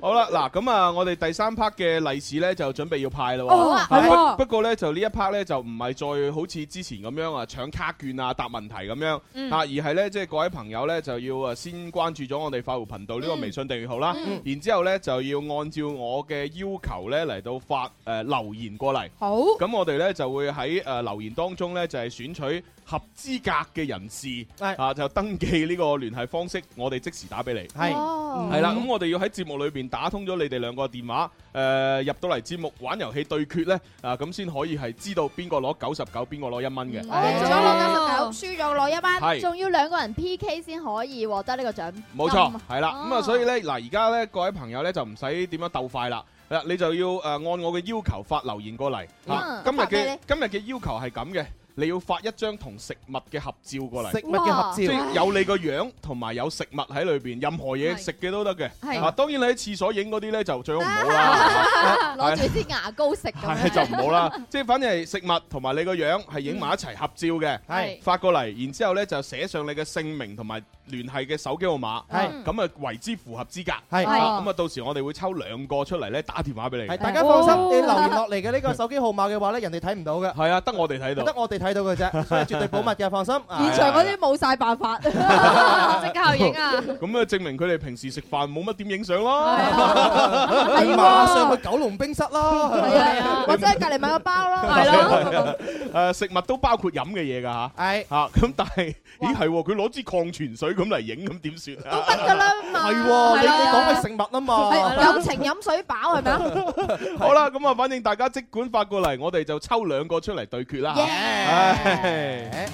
S5: 好啦，嗱咁啊，我哋第三 part 嘅利是咧就準備要派啦喎。
S9: 哦好啊係喎
S5: 不不過咧就呢一 part 咧就唔係再好似之前咁樣啊搶卡券啊答問題咁樣
S21: 嗯
S5: 啊，而係咧即係各位朋友咧就要啊先關注咗我哋快活頻道呢個微信訂閱號啦
S21: 嗯，
S5: 然之後咧就要按照我嘅要求咧嚟到發誒留言過嚟。
S7: 好。
S5: 咁我哋咧就會喺誒留言當中咧就係選取合資格嘅人士啊，就登記呢個聯繫方式，我哋即時打俾你。
S9: 係哦
S5: 係啦，咁我哋要喺節目裏邊打通咗你哋兩個電話，誒、入到嚟節目玩遊戲對決呢，啊咁先可以係知道邊個攞九十九，邊個攞一蚊嘅。
S7: Ờ,
S1: 贏咗攞九十九，輸咗攞一蚊，
S5: 係。
S1: 仲要兩個人 PK 先可以獲得呢個獎
S5: 冇
S1: 金。
S5: 錯，係啦，咁啊，所以呢，嗱，而家呢，各位朋友呢，就唔使點樣鬥快啦。嗱，你就要誒、按我嘅要求發留言過嚟。啊
S1: 嗯
S5: 今日
S1: 發咩
S5: 嘅
S1: 呢
S5: 今日嘅要求係咁嘅，你要發一張同食物嘅合照過嚟。
S9: 食物嘅合照哇
S5: 即係有你個樣同埋有食物喺裏邊，任何嘢食嘅都得嘅。
S1: 係
S5: 啊，當然你喺廁所影嗰啲呢，就最好唔好啦。
S1: 攞住支牙膏食咁樣。
S5: 係就唔好啦， 即係反正係食物同埋你個樣係影埋一齊合照嘅，
S1: 係
S5: 發過嚟，然之後咧就寫上你嘅姓名同埋聯繫嘅手機號碼，
S9: 係
S5: 咁啊為之符合資格，
S9: 係
S5: 啊咁啊到時我哋會抽兩個出嚟咧打電話俾你，
S9: 係，大家放心，你留言落嚟嘅呢個手機號碼嘅話呢，人哋睇唔到嘅。
S5: 係啊，得我哋睇到，
S9: 得我哋睇到嘅啫，所以絕對保密嘅，放心。啊。
S7: 現場嗰啲冇晒辦法。即刻去影啊。
S5: 咁啊證明佢哋平時食飯冇乜點影相咯，
S9: 啊你馬上去九龍冰室啦。
S7: 啊或者係隔離買個包啦。
S5: 誒食物都包括飲嘅嘢㗎嚇，
S9: 係
S5: 嚇咁但係，咦係喎，佢攞支礦泉水咁嚟影咁點算 啊？
S9: 係喎，你-
S7: 係啊。
S9: 你講係食物啊嘛。
S7: 係，有情飲水飽係咪啊？
S5: 好啦，咁啊，反正大家即管發過嚟，我哋就抽兩個出嚟對
S1: 啊
S5: 決啦。唉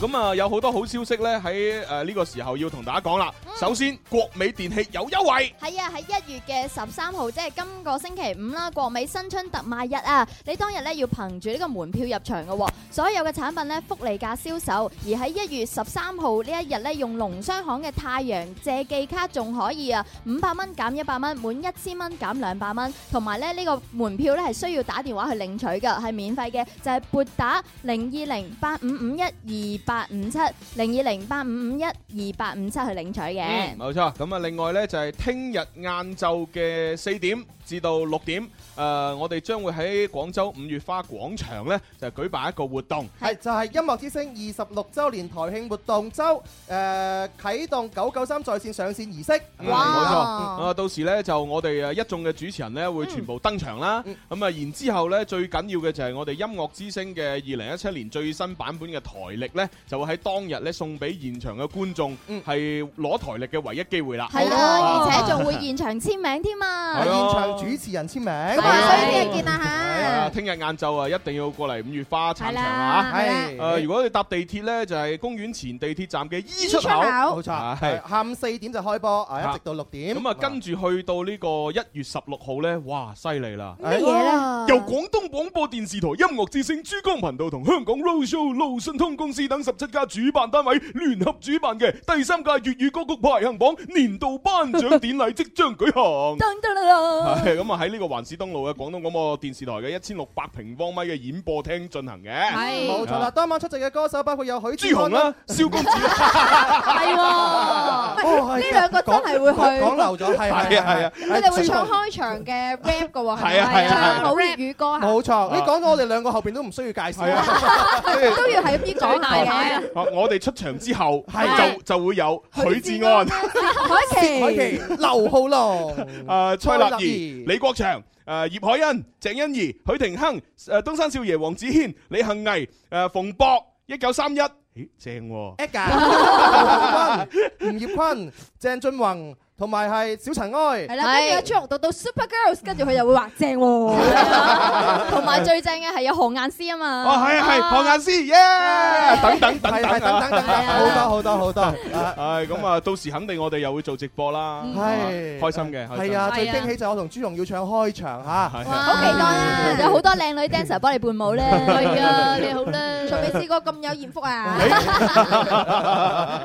S5: 咁啊，有好多好消息呢，喺誒呢個時候要同大家講啦。首先，國美電器有優惠。
S1: 係啊，喺一月嘅十三號，即係今個星期五啦，國美新春特賣日啊！你當日咧要憑住呢個門票入場嘅喎，所有嘅產品咧福利價銷售，而喺一月十三號呢一日咧，用農商行嘅太陽借記卡仲可以啊，五百蚊減一百蚊，滿一千蚊減兩百蚊，同埋咧呢個門票咧係需要打電話去領取嘅，係免費嘅，就係撥打零二零八五五一二八五七零二零八五五一二八五七去領取嘅。
S5: 嗯，冇錯。咁啊，另外呢，就係聽日晏晝嘅四點至到六點，誒、我哋將會喺廣州五月花廣場呢，就舉辦一個活動。
S9: 係就係音樂之星二十六週年台慶活動周，誒啟動九九三在線上線儀式。
S5: 嗯冇錯，
S1: 哦
S5: 啊到時咧就我哋呃誒一眾嘅主持人咧會全部登場啦，咁啊然之後咧最緊要嘅就係我哋音樂之聲嘅二零一七年最新版本嘅台歷咧，就會喺當日咧送俾現場嘅觀眾，係攞台歷嘅唯一機會啦。
S1: 係
S5: 啊
S1: 啊，而且仲會現場簽名添啊！
S5: 係啊
S9: 現場主持人簽名。咁
S1: 啊所以聽日見啦
S5: 啊！聽日晏晝啊，一定要過嚟五月花撐場
S9: 啦
S5: 啊！
S9: 係啦
S5: 誒，如果你搭地鐵咧，就係公園前地鐵站嘅 E 出口，
S9: 冇
S5: 係
S9: 錯，下午四點就開波，啊一直到六點。
S5: 咁啊，跟住去到呢個一月十六號咧，哇，犀利啦！
S9: 乜嘢呢
S5: 由廣東廣播電視台音樂之聲珠江頻道同香港 Roadshow 路信通公司等十七家主辦單位聯合主辦嘅第三屆粵語歌曲排行榜年度頒獎典禮即將舉 行。係咁啊！喺呢個環市東路嘅廣東廣播電視台嘅一千六百平方米嘅演播廳進行嘅，
S9: 冇錯
S7: 啊
S9: 啦，當晚出席嘅歌手包括有許
S5: 朱紅啊啦、蕭公子啦，
S7: 係喎
S9: 哦係
S7: 呢兩個真係會去
S9: 講講漏咗，係係
S5: 係啊係啊
S7: 佢哋會唱開場嘅 rap à. 嘅喎，
S9: 係啊係啊係啊
S7: 唱好粵語歌係咪
S9: 冇
S5: 啊
S9: 錯，你講到我哋兩個後邊都唔需要介紹，
S7: 都要係咁依講大 嘅。
S5: 啊我哋出場之後就就會有許志 安、
S7: 海琪，
S5: 海琪
S9: 劉浩龍、
S5: 誒蔡立
S9: 蔡立
S5: 儀、李國祥、誒葉海欣、鄭欣宜、許廷鏗、誒東山少爺黃子軒、李幸倪、誒馮博、一九三一，咦正喎！
S9: Edgar、吳業坤、鄭俊弘、同埋係小塵埃。
S7: 係啦，跟住阿朱紅讀到 Super Girls，跟住佢就會話正喎，
S1: 同埋最正嘅係有何雁詩啊嘛。
S5: 哦，係啊，係何雁詩，耶！等等等等等等等，
S9: 好多好多好多。
S5: 係咁啊，到時肯定我哋又會做直播啦，
S9: 係
S5: 開心嘅。開心
S9: 係啊，最驚喜就係我同朱容要唱開場嚇，
S1: 好期待啊！有好多靚女 dancer 幫你伴舞咧。係啊，你好啦，
S7: 仲未試過咁有艷福啊！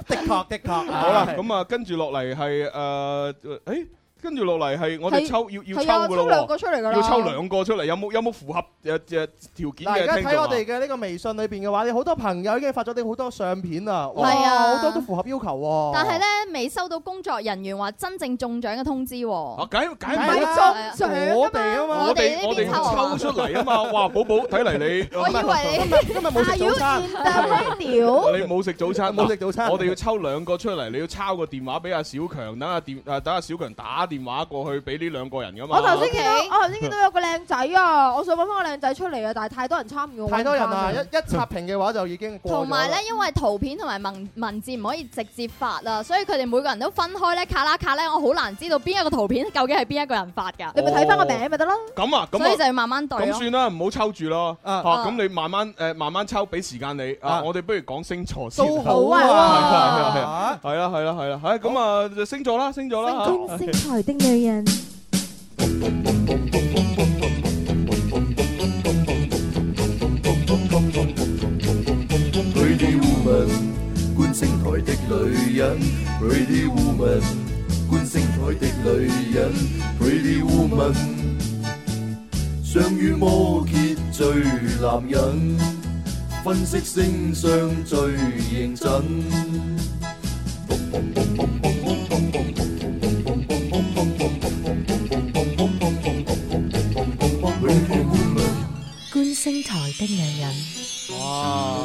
S9: 的確的確。
S5: 啊好啦，咁啊，跟住落嚟係誒，誒，跟住落嚟係我哋抽要要
S7: 係啊
S5: 抽噶
S7: 抽兩個
S5: 咯
S7: 出嚟㗎啦
S5: 要抽兩個出嚟，有冇有冇符合誒誒條件
S9: 嗱，而家
S5: 嘅聽
S9: 睇
S5: 眾
S9: 我
S5: 啊？
S9: 哋嘅呢個微信裏邊嘅話，你好多朋友已經發咗你好多相片啊，哇，
S1: 係啊
S9: 好多都符合要求喎。
S1: 但係咧，未收到工作人員話真正中獎嘅通知喎。
S5: 啊梗梗唔
S1: 係
S5: 啦
S1: 中獎
S9: 我哋啊嘛，
S5: 我哋我哋
S1: 我哋呢邊抽啊
S5: 抽出嚟啊嘛！哇，寶寶睇嚟你，
S1: 我以為你
S9: 今日今日冇食早餐
S1: Are you in the radio？
S5: 你冇食早餐，
S9: 冇食早餐
S5: 我哋要抽兩個出嚟，你要抄個電話俾阿小強，等阿電啊等阿小強打電話過去俾呢兩個人噶嘛。
S7: 我頭先見到，我頭先見到有個靚仔啊，我想揾翻個靚仔出嚟啊，但係太多人參與，我揾唔
S9: 太多人啦，
S7: 返
S9: 一
S7: 啊
S9: 一刷屏嘅話就已經過咗啦
S1: 同埋咧，因為圖片同埋文文字唔可以直接發啦，所以佢哋每個人都分開咧，卡啦卡咧，我好難知道邊一個圖片究竟係邊一個人發㗎。
S5: 你咪睇返個名
S7: 咪得咯。
S5: 咁啊，咁
S1: 所以就
S5: 啊
S1: 要。慢慢對
S5: 咁
S1: 咯。
S5: 算啦，唔好抽住咯。嚇，
S1: 啊
S5: 咁你慢慢誒慢慢抽，俾時間你。啊，我哋不如講星座先。
S9: 都好
S5: 係啊，係啊，係
S9: 啊
S5: 啊係啦，係啦，係啊咁啊，就星座啦，星座啦。啊嚇
S20: 台的女人，
S21: Pretty Woman，觀星台的女人，Pretty Woman，觀星台的女人，Pretty Woman，相遇摩羯最男人，分析星相最認真。
S20: 观星台的女人。
S5: 哇，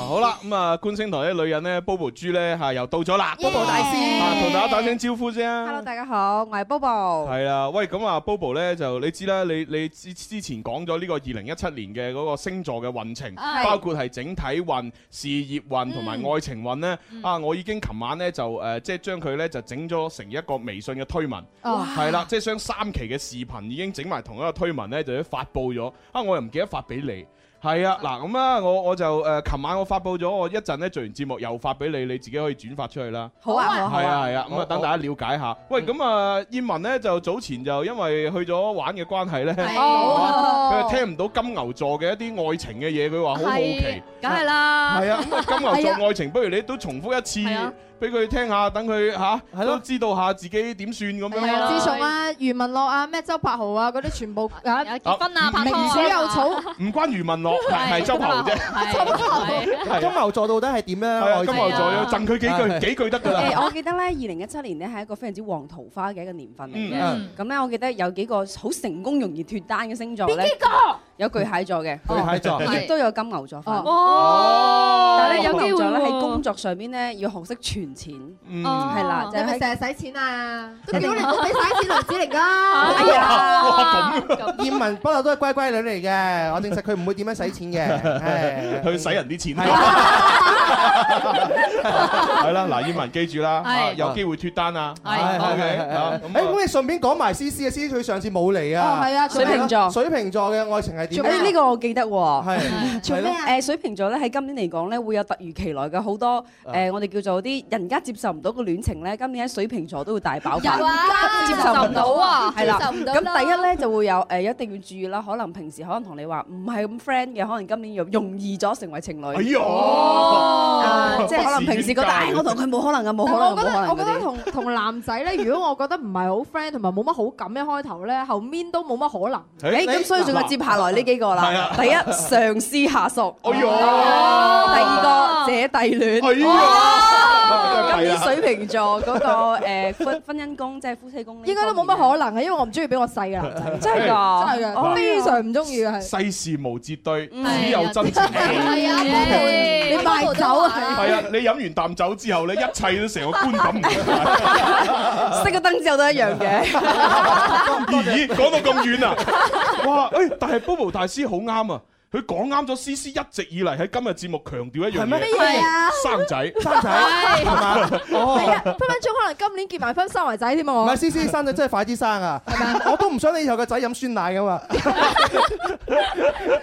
S5: 好啦，咁啊，觀星台啲女人咧，Bobo 豬咧嚇又到咗啦。
S7: Bobo 大師
S5: 啊同大家打聲招呼先啊。
S7: Hello，大家好，我係 Bobo。
S5: 係啦，喂，咁啊，Bobo 咧就你知啦，你你之之前講咗呢個二零一七年嘅嗰個星座嘅運程，
S7: 係
S5: 包括係整體運、事業
S7: 嗯
S5: 運同埋愛情運咧。啊，我已經琴晚咧就誒，即係將佢咧就整咗成一個微信嘅推文，
S7: 哇
S1: 啊
S5: 係啦，即係將三期嘅視頻已經整埋同一個推文咧，就已經發布咗。啊，我又唔記得發俾你。係啊，嗱咁啊，我我就誒，琴晚我發布咗，我一陣咧做完節目又發俾你，你自己可以轉發出去啦。
S7: 好啊好啊好啊嗯
S5: 係啊係啊，咁啊等大家了解下。喂，咁啊，燕文咧就早前就因為去咗玩嘅關係咧，
S1: 啊
S15: 哦
S5: 佢聽唔到金牛座嘅一啲愛情嘅嘢，佢話好好 奇。
S15: 梗係啦。
S5: 係啊，咁啊金牛
S15: 係啊
S5: 座愛情，不如你都重複一
S7: 啊
S5: 次俾佢聽下，等佢嚇都知道下自己點算咁樣
S7: 係啊，
S5: 啦。
S7: 自從啊余文樂啊咩周柏豪啊嗰啲全部啊
S8: Dạ,
S5: 結婚啊拍拖啊
S7: 名水有草，
S5: 唔關余文樂，係係周柏豪啫。係
S9: 金牛座到底係點咧？
S5: 係啊
S9: 愛情
S5: 金牛座要贈佢
S19: 啊
S5: 幾句幾句得㗎啦
S19: 誒，我記得咧，二零一七年咧係一個非常之旺桃花嘅一個年份嚟嘅
S9: 嗯。
S19: 咁咧，我記得有幾個好成功、容易脱單嘅星座咧
S7: 邊幾個，
S19: 有巨蟹座嘅，
S9: 巨蟹座
S19: 亦都有金牛座份。
S7: Ờ. 哦
S19: 但係咧，金牛座咧
S7: 有機會喎
S19: 喺工作上邊咧要學識存錢，
S5: 係
S16: Ờ,
S19: 啦，就
S7: 你咪
S19: 哦係
S7: 成日使錢啊，都叫你都俾使錢梁子玲
S19: 啊
S7: 㗎。
S19: 哎呀
S9: 葉文不嬲都係乖乖女嚟嘅，我證實佢唔會點樣使 錢嘅。啊
S5: 去使人啲錢。啊係啦，嗱，燕文記住啦，
S9: 係
S5: 啊
S19: 哦
S5: 有機會脱單啊。
S9: 係係
S5: OK，
S9: 係
S5: 啊
S9: 係。誒，哎咁你順便講埋 C C 啊，C C 佢上次冇嚟啊。
S19: 哦係啊水瓶座
S9: 水瓶座嘅愛情係點？
S19: 誒呢個我記得喎，
S9: 係做咩啊
S19: 誒水瓶座咧喺今年嚟講咧會有突如其來嘅好多誒，我哋叫做啲人家接受唔到嘅戀情咧，今年喺水瓶座都會大爆發。
S15: 人家接受唔到
S1: à?
S15: 啊
S19: 係啦。
S15: 接受唔到啦
S19: 咁第一咧就會有誒一定要注意啦，可能平時可能同你話唔係咁 friend 嘅，可能今年又容易咗成為情侶。
S7: 哎呀
S19: 啊哦即係可能平時覺得
S7: 事
S19: 唉
S7: 與願
S19: 我同佢冇可能嘅，冇可
S7: 但
S19: 能，
S7: 我
S19: 冇可能
S7: 覺得我覺
S19: 嗰
S7: 得
S19: 啲。
S7: 同同男仔咧，如果我覺得唔係好 friend 同埋冇乜好感一開頭咧，後面都冇乜可能。
S19: 誒咁，所以仲有接下來呢幾個
S7: 係
S19: 啦哦
S7: 啊。
S19: 第一上司下 屬，
S5: 哎
S19: 呀！第二個姐弟戀，
S5: 哎
S7: 呀
S5: 啊
S19: 咁啲水瓶座嗰個誒婚婚姻宮即係夫妻宮呢，
S7: 應該都冇乜可能嘅，因為我唔中意俾我細嘅男仔。
S19: 真係㗎
S7: 真係
S19: 哎
S7: 㗎，
S19: 呀
S7: 非常唔中意嘅係。
S5: 世事無絕對，
S7: 嗯
S5: 只有真情。
S7: 係啊你賣酒啊？
S5: 係啊，你飲完啖酒之後咧，一切都成個觀感唔同。
S19: 熄個燈之後都一樣嘅。
S5: 咦，講到咁遠啊！哇，誒，但係 Bobo 大師好啱啊！佢講啱咗思思一直以嚟喺今日節目強調一樣
S7: 係咩
S5: 嘢，
S7: 乜嘢啊
S5: 生仔，
S9: 生仔係嘛哦
S7: 係啊，分分鐘可能今年結埋婚生埋仔添啊！
S9: 唔
S7: 我
S9: 係思思生仔真係快啲生啊！我都唔想你以後個仔飲酸奶 噶嘛。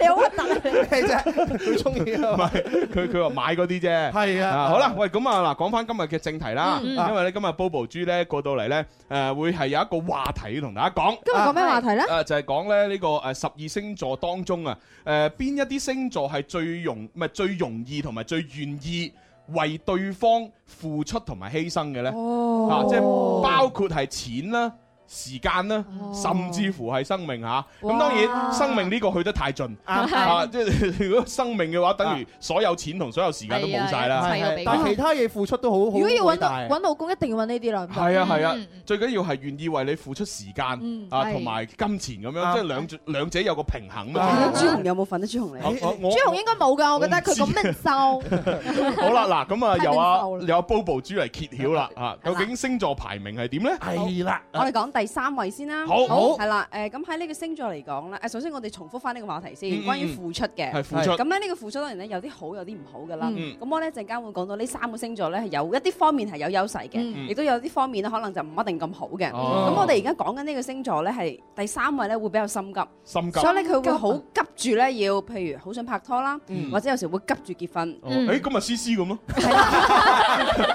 S7: 你好核突啊你
S9: 係啫，佢中意啊
S5: 唔
S9: 嘛。
S5: 係佢佢話買嗰啲啫。
S9: 係啊
S5: 好啦，喂，咁啊嗱，講翻今日嘅正題啦，
S7: 嗯
S5: 因為咧今日 Bobo 豬咧過到嚟咧，誒會係有一個話題要同大家講。
S7: 今日講咩話題咧
S5: 誒就係講咧呢個誒十二星座當中啊，誒邊一啲星座係最容唔係最容易同埋最願意。為對方付出同埋犧牲嘅呢，
S7: 哦
S5: 啊，即係包括係錢啦、時間啦，甚至乎係生命嚇。咁當然，
S9: 哇
S5: 生命呢個去得太盡
S9: 啱
S5: 啊！即係 如果生命嘅話，等於所有錢同所有時間都冇晒啦。
S9: 係係但係其他嘢付出都好好
S7: 如果要揾
S9: 偉
S7: 到
S9: 大啊。
S7: 揾老公，一定要揾呢啲啦。
S5: 係啊係啊，最緊要係願意為你付出時間
S7: 嗯
S5: 啊，
S7: 係
S5: 同埋金錢咁樣，
S9: 啱
S5: 即係兩兩者有個平衡
S19: 係
S5: 嘛
S19: 啊。朱紅有冇份咧？朱紅你
S5: 我哦我我
S7: 朱紅應該冇㗎，我覺得佢咁明瘦。
S5: 好啦，嗱咁啊，
S7: 太
S5: 由
S7: 明秀
S5: 啊
S7: 啦
S5: 由啊 Bobo 豬嚟揭曉啦啊！究竟星座排名係點呢？係啦
S19: 我哋講第三位先啦，
S5: 好好
S19: 係啦，誒咁喺呢個星座嚟講咧，誒首先我哋重複翻呢個話題先
S5: 嗯，
S19: 關於付出嘅，
S5: 係付出
S19: 咁咧呢個付出當然咧有啲好有啲唔好
S7: Ừ.
S19: 噶啦，
S5: 嗯
S19: 咁我咧陣間會講到呢三個星座咧係有一啲方面係有優勢嘅，
S7: Ừ.
S5: 嗯
S19: 亦都有啲方面咧可能就唔一定咁好嘅。咁
S5: 哦
S19: 我哋而家講緊呢個星座咧係第三位咧會比較心急，
S5: 心急
S19: 所以咧佢會好
S5: 嗯
S19: 急住咧要譬如好想拍拖啦，或者有時會急住結婚。
S5: 哦誒，咁啊，思思咁咯，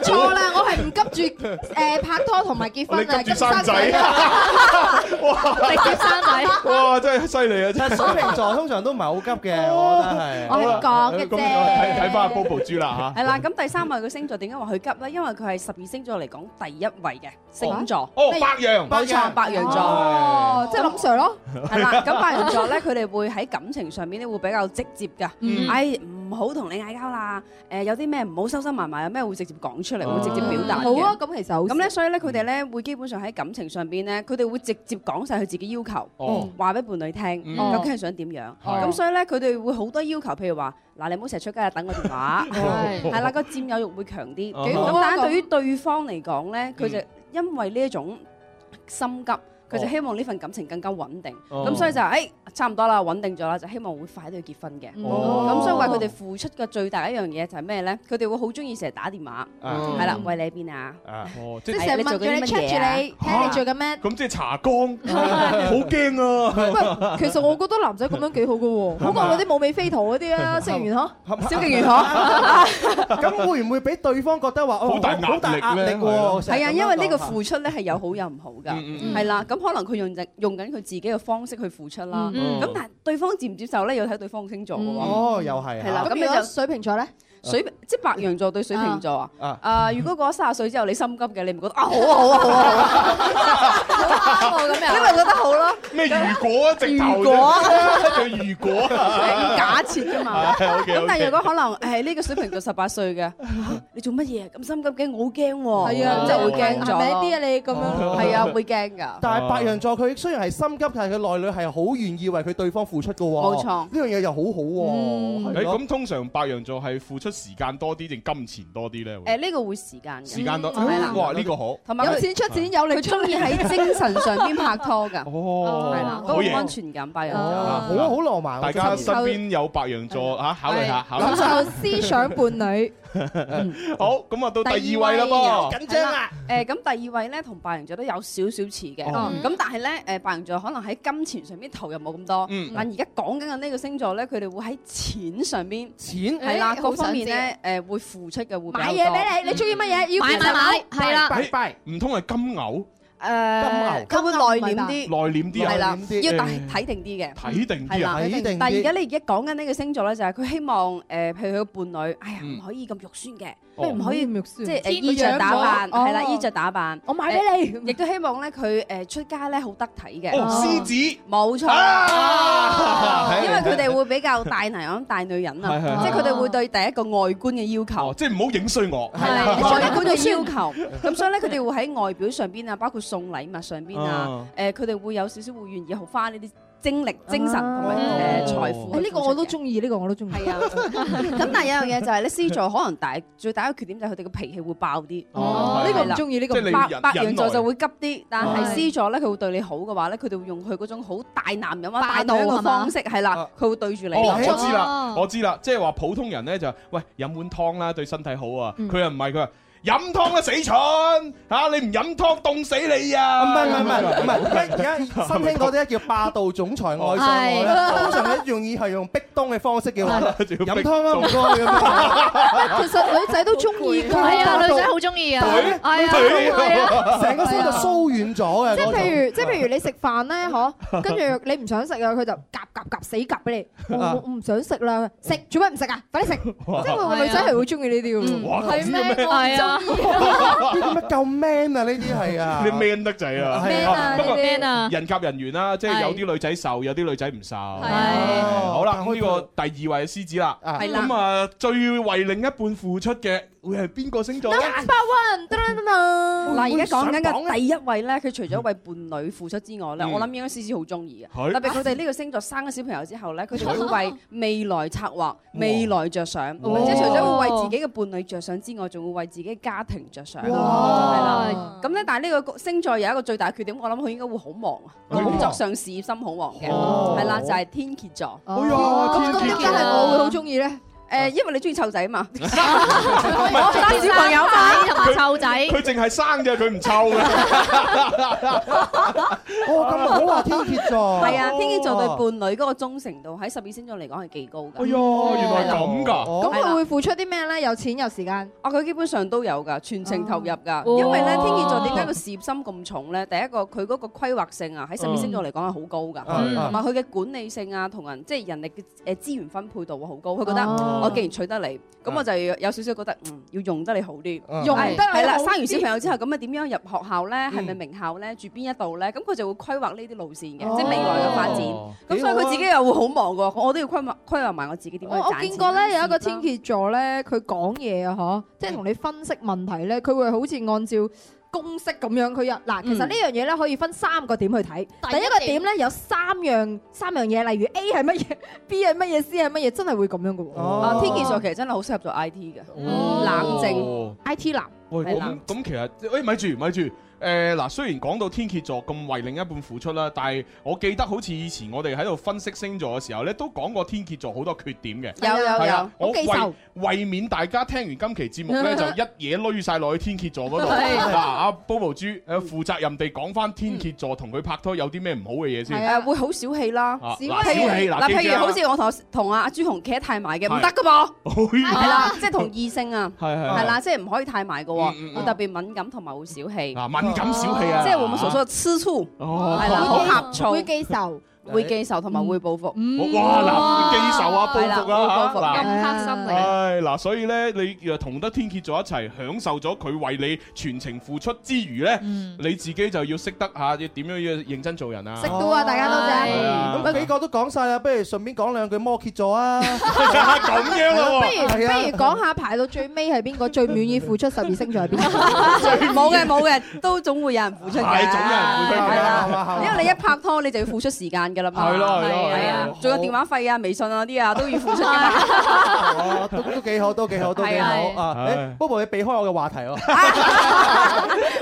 S7: 錯啦，我係唔急住誒拍拖同埋結婚啊，
S5: 哦你急住生仔 哇
S7: 直接生 仔
S5: 哇，真係犀利啊！真
S9: 但係
S5: 係
S9: 水瓶座通常都唔係好急嘅，我覺得係。
S19: 我 係講嘅啫
S5: 咁睇睇翻 Bobo 豬啦
S19: 係啦，咁第三位嘅星座點解話佢急咧？因為佢係十二星座嚟講第一位嘅星座。
S5: 哦白羊
S19: 冇錯，白羊座。
S9: Ờ,
S7: 哦，即係林 Sir 咯，
S19: 係啦，咁白羊座咧，佢哋會喺感情上面咧會比較直接噶
S7: 嗯。
S19: 唉，唔好同你嗌交啦。誒，有啲咩唔好收收埋埋，有咩會直接講出嚟，會直接表達
S7: 好
S19: 嘅
S7: 啊，咁其實好
S19: 咁咧，所以咧，佢哋咧會基本上喺感情上邊咧，佢哋會直接講晒佢自己要求
S7: 哦，
S19: 話俾伴侶聽，
S7: 嗯
S5: 哦
S19: 究竟係想點樣。
S7: 係
S19: 咁所以咧，佢哋會好多要求，譬如話嗱，你唔好成日出街啊，等我電 話，
S7: 係
S19: 係啦，個佔有欲會強啲。
S5: 哦
S7: 幾好啊
S19: 咁但
S7: 咁
S19: 係對於對方嚟講咧，佢就
S7: 嗯
S19: 因為呢一種心急。佢就希望呢份感情更加穩定，
S7: 哦
S19: 咁所以就誒差唔多啦，穩定咗啦，就希望會快啲去結婚嘅。
S7: 哦
S19: 咁所以為佢哋付出嘅最大一樣嘢就係咩咧？佢哋會好中意成日打電話，
S5: 哦
S19: 係啦，喂你喺邊啊？
S5: 吓。啊，哦，
S7: 即
S19: 係
S7: 係成日問
S19: 哎
S7: 住
S19: 你
S7: 你
S19: 做緊
S7: check
S19: 啲乜嘢啊
S7: 住你，睇下你做緊咩。
S5: 咁即係查 崗，好驚啊！
S7: 其實我覺得男仔咁樣幾好嘅喎，好過嗰啲冇尾飛圖嗰啲啊，職員呵，小敬員呵。
S9: 咁會唔會俾對方覺得話哦
S5: 好大壓力
S9: 好大壓力
S5: 咧係
S9: 喎？成日
S19: 係啊，
S9: 咁樣
S19: 因為呢個
S9: 講
S19: 付出咧係有好有唔好噶，
S9: 嗯嗯
S19: 係啦。咁可能佢用緊用緊佢自己嘅方式去付出啦。
S9: 嗯
S19: 咁但係對方接唔接受咧，要睇對方星座嘅喎。
S9: 哦又係啊
S19: 係啦，咁
S7: 咁
S19: 你
S7: 如果
S19: 就
S7: 水瓶座咧，
S19: 水即係白羊座對水
S7: À.
S19: 瓶座
S9: 啊
S19: 啊。啊，如果過咗三十歲之後你心急嘅，你唔覺得啊好啊好啊好啊好啊，
S7: 好啱我咁樣，
S19: 因為覺得好咯。
S5: 咩如果啊，直頭
S19: 如
S5: 啫
S19: 果
S5: 就如果
S19: 係
S5: 啊，
S19: 假設㗎嘛。
S5: 係，OK，OK
S19: 咁但係如果可能誒呢個水瓶座十八歲 嘅，嚇你做乜嘢咁心急嘅？我好驚喎。
S7: 係啊
S19: 咁就會驚
S7: 係咪一
S19: 咗。
S7: 啲啊？你咁樣
S19: 係啊，會驚㗎。
S5: 哦
S9: 但係白羊座佢雖然係心急，但係佢內裏係好願意為佢對方付出嘅喎。
S19: 冇錯
S9: 呢樣嘢又好好喎。
S5: 誒
S9: 係咯
S5: 咁通常白羊座係付出時間多啲定金錢多啲咧？會
S19: 誒呢個會時間嘅。
S5: 時間多，
S19: 係啦。
S5: 哇呢個好，
S19: 同埋佢
S7: 有錢出錢有力
S19: 佢
S7: 出
S19: 中
S7: 力
S19: 意喺精神上邊拍拖 㗎，
S5: 哦
S19: 係啦，
S5: 好
S19: 嗰
S5: 嘢
S19: 個安全感白人
S9: 啊好好浪漫啊。
S5: 大家身邊有白羊座
S19: 啊
S5: 嚇，考慮下，考慮下。
S7: 感受思想伴 侶，
S5: 好，咁啊到第二位啦噃，
S9: 緊張
S19: 啊！誒咁第二位咧，同白羊座都有少少似嘅，
S9: Ờ. 嗯
S1: Ờ,
S5: 哦
S19: 咁但係咧誒白羊座可能喺金錢上面投入冇咁多
S5: 嗯，
S19: 但而家講緊嘅呢個星座咧，佢哋會喺錢上邊，
S9: 錢
S19: 係啦，
S7: 誒
S19: 各方面
S7: 好
S19: 咧
S1: à,
S19: 誒會付出嘅會比較
S7: 買
S19: 多
S7: 嘢俾你，你中意乜嘢要
S19: 買買買係啦
S7: 拜拜
S5: 唔通係金牛
S1: Ờ,
S19: 誒，佢會內斂
S5: 內
S19: 啲，
S5: 斂啲啊？
S19: 係啦，要但係
S5: 誒
S19: 睇定啲嘅，
S5: 睇定
S19: 係
S5: 啲
S19: 啦
S5: 啊，，
S19: 但係而家你而家講緊呢個星座咧，就係佢希望誒，
S1: à,
S19: 譬如佢個伴侶，哎呀
S5: 嗯
S19: 唔可以咁肉酸嘅，
S5: 哦
S19: 唔可以
S7: 肉
S19: 即係誒
S7: 天
S19: 衣着打扮，
S7: 養我
S19: 係啦，
S7: 哦
S19: 衣着打扮，
S7: 我買俾
S19: 你，亦都希望咧佢誒出街咧好得體嘅，
S5: 哦獅子。
S19: 冇錯，哦
S5: 啊
S19: 因為佢哋會比較大男人大女人
S5: 係係
S19: 啊，
S5: 係
S19: 即係佢哋會對第一個外觀嘅要求
S5: 哦，。即係唔好影衰我。
S19: 係外觀嘅要求，咁所以咧佢哋會喺外表上邊啊，包括送禮物上邊啊
S5: 啊，
S19: 誒佢哋會有少少會願意花呢啲精力、精神同
S7: 呃哦
S19: 埋誒財富。
S7: 呢個我都中意，呢個我都中意。係
S19: 啊，咁但係有樣嘢就係咧，獅座可能大最大嘅缺點就係佢哋嘅脾氣會爆啲。
S7: 哦呢個唔中意呢個唔中意
S19: 白
S7: 即係你
S19: 白
S7: 忍
S19: 羊座
S7: 耐
S19: 就會急啲，但係
S7: 係
S19: 獅座咧，佢會對你好嘅話咧，佢哋會用佢嗰種好大男人啊、
S7: 霸
S19: 大
S7: 道
S19: 女人
S7: 係
S19: 嘅
S7: 嘛
S19: 方式係啦，
S7: 啊
S19: 佢會對住你。
S5: 哦，我知啦，我知啦，即係話普通人咧就喂飲碗湯啦，對身體好啊。
S19: 嗯
S5: 佢又唔係佢話飲湯啦，死蠢嚇！你唔飲湯凍死你啊！
S9: 唔係唔係唔係唔係，而家新興嗰啲咧叫霸道總裁愛上我
S5: 係
S9: 咧，通常咧容易係用壁咚嘅方式嘅話，
S5: 係
S9: 飲湯啊啦唔該 咁樣。
S7: 其實女仔都中意㗎，
S15: 係啊女仔好鍾意啊
S9: 對
S15: 係啊
S9: 對
S15: 係啊
S9: 成個身就酥軟咗嘅嗰
S7: 即係
S9: 種。
S7: 譬如，即係啊譬如你食飯 咧，嗬，跟住你唔想食啊，佢就夾夾夾死夾俾你，我我唔想食啦，食做咩唔食啊？快啲食！即係個女仔係會中意呢啲嘅
S5: 哇
S7: 喎，
S5: 咁嘅咩
S7: 係啊
S9: 呢啲咩夠 man 啊？呢啲係啊，
S5: 你 man 得滯啊
S9: Man 啊
S5: 不過
S9: 你 man 啊
S5: 人夾人緣啦，即係哦
S9: 係
S5: 有啲女仔瘦，有啲女仔唔瘦。
S19: 啊
S5: 好啦，咁呢個第二位係獅子啦。
S7: 係啦
S5: 咁啊，最為另一半付出嘅會係邊個星座咧？
S7: Number one，噔噔噔噔
S19: 嗱，而家講緊嘅第一位咧，佢除咗為伴侶付出之外咧，
S5: 嗯
S19: 我諗應該獅子好中意
S5: 係
S19: 嘅。特別佢哋呢個星座生咗小朋友之後咧，佢哋會為未來策劃、未來着想，即係除咗會為自己嘅伴侶着想之外，仲會為自己嘅家庭着想。係啦，咁咧，但係呢個星座有一個最大缺點，我諗佢應該會好忙啊，工作上事業心好忙嘅，係啦，就係天啊蠍座。
S7: 哎呀咁天蠍咁點解係我會好
S19: 中意咧？ 誒，因為你中意湊仔嘛，我
S15: 係
S19: 生小朋友嘛，
S15: 生仔同埋湊仔
S5: 佢淨係生啫，佢唔湊 嘅。
S9: 哦，咁好話天蠍座。
S19: 係啊，天蠍座對伴侶嗰個忠誠度喺十二星座嚟講係幾高㗎。
S5: 哎呀，原來咁㗎。
S7: 咁佢會付出啲咩咧？有錢有時間。
S19: 啊，佢基本上都有㗎，全程投入㗎。
S7: 哦
S19: 因為咧，天蠍座點解個事業心咁重咧？第一個佢嗰個規劃性啊，喺十二星座嚟講係好高㗎，
S15: 嗯
S19: 同埋佢嘅管理性啊，同人即係人力嘅誒資源分配度會好高。佢覺得
S15: 哦
S19: 我既然娶得你，咁我就要有少少覺得嗯要用得你好啲，
S15: 嗯用得你
S19: 哦係啦。
S15: 好
S19: 生
S15: 啲
S19: 完小朋友之後，咁啊點樣入學校咧？係咪名校咧？住邊一度咧？咁佢就會規劃呢啲路線嘅，即係未來嘅發展。
S7: 哦
S19: 咁所以佢自己又會好忙㗎，我都要規劃規劃埋我自己點樣
S7: 我
S19: 去
S7: 我
S19: 賺
S7: 見
S19: 錢啊
S7: 過
S19: 啦
S7: 咧有一個天蠍座咧，佢講嘢啊，嗬，即
S19: 嗯
S7: 係同你分析問題咧，佢會好似按照公式咁樣，佢又嗱，其實
S19: 嗯
S7: 呢樣嘢咧可以分三個點去睇。第
S15: 一
S7: 一個
S15: 點
S7: 點咧有三樣三樣嘢，例如 A 係乜嘢，B 係乜嘢，C 係乜嘢，真係會咁樣嘅喎。
S5: 哦
S19: 啊，天蠍座其實真係好適合做 I T 嘅，冷靜。
S7: I T 男，
S5: 喂，
S19: 係
S5: 咁
S19: 啦
S5: 咁其實，誒咪住咪住，誒嗱，雖然講到天蝎座咁為另一半付出啦，但係我記得好似以前我哋喺度分析星座嘅時候咧，都講過天蝎座好多缺點嘅。
S19: 有有
S5: 係啊
S19: 有
S5: 我
S19: 好記
S5: 為
S19: 仇
S5: 為免大家聽完今期節 目咧，就一嘢攏晒落去天蝎座嗰度。
S19: 係
S5: 嗱，阿 Bobo 豬誒負責任地講翻天蝎座同佢拍拖有啲咩唔好嘅嘢
S19: 係
S5: 先。
S19: 啊，會好小氣啦。
S5: 啊
S19: 譬如
S5: 嗱小氣嗱
S19: 嗱，
S5: 記住啊
S19: 譬
S5: 啦
S19: 如好似我同我同阿阿朱紅企得太埋嘅，
S5: 係
S19: 唔得噶噃。
S5: 哎呀
S19: 係啦，即係同異性啊，
S5: 係係係
S19: 係啦，即係唔可以太埋嘅
S5: 嗯
S19: 喎，
S5: 嗯
S19: 會特別敏感同埋會小氣。
S5: 啊敏感小氣
S19: 嗯
S5: 啊
S19: 哦即係我們所說嘅吃醋，
S5: 哦
S19: 係啦，好呷醋，
S7: 會記仇，
S19: 會記仇同埋會報復。
S5: 哇！嗱，記仇啊，報
S19: 嗯係啦
S5: 復啊，
S19: 會報復
S5: 嗱
S19: 咁黑心嚟
S5: 唉，嗱，所以咧，你若同得天蝎座一齊，享受咗佢為你全程付出之餘咧，
S19: 嗯
S5: 你自己就要識得嚇點樣要認真做人啊。
S7: 識到啊，大家多
S5: 係啊
S7: 謝。
S9: 咁幾個都講晒啦，不如順便講兩句摩羯座啊。
S5: 咁樣
S7: 不如
S5: 咯
S7: 不
S5: 喎，
S7: 如講下排到最尾係邊個最唔願意付出十二星座係邊個？
S19: 冇嘅冇嘅，都總會有人付出嘅。
S7: 係總有人付出嘅
S19: 係
S7: 係嘛係
S19: 啦
S7: 嘛，
S19: 因為你一拍拖你就要付出時間㗎啦嘛。
S9: 係咯係咯
S19: 係
S9: 係
S19: 啊
S9: 咯，
S19: 仲有電話費啊、微信啊啲啊都要付出㗎 嘛。
S9: 哦都都幾好，都幾好，都幾
S19: 係
S9: 好啊！誒，Bobo 你避開我嘅話題 喎，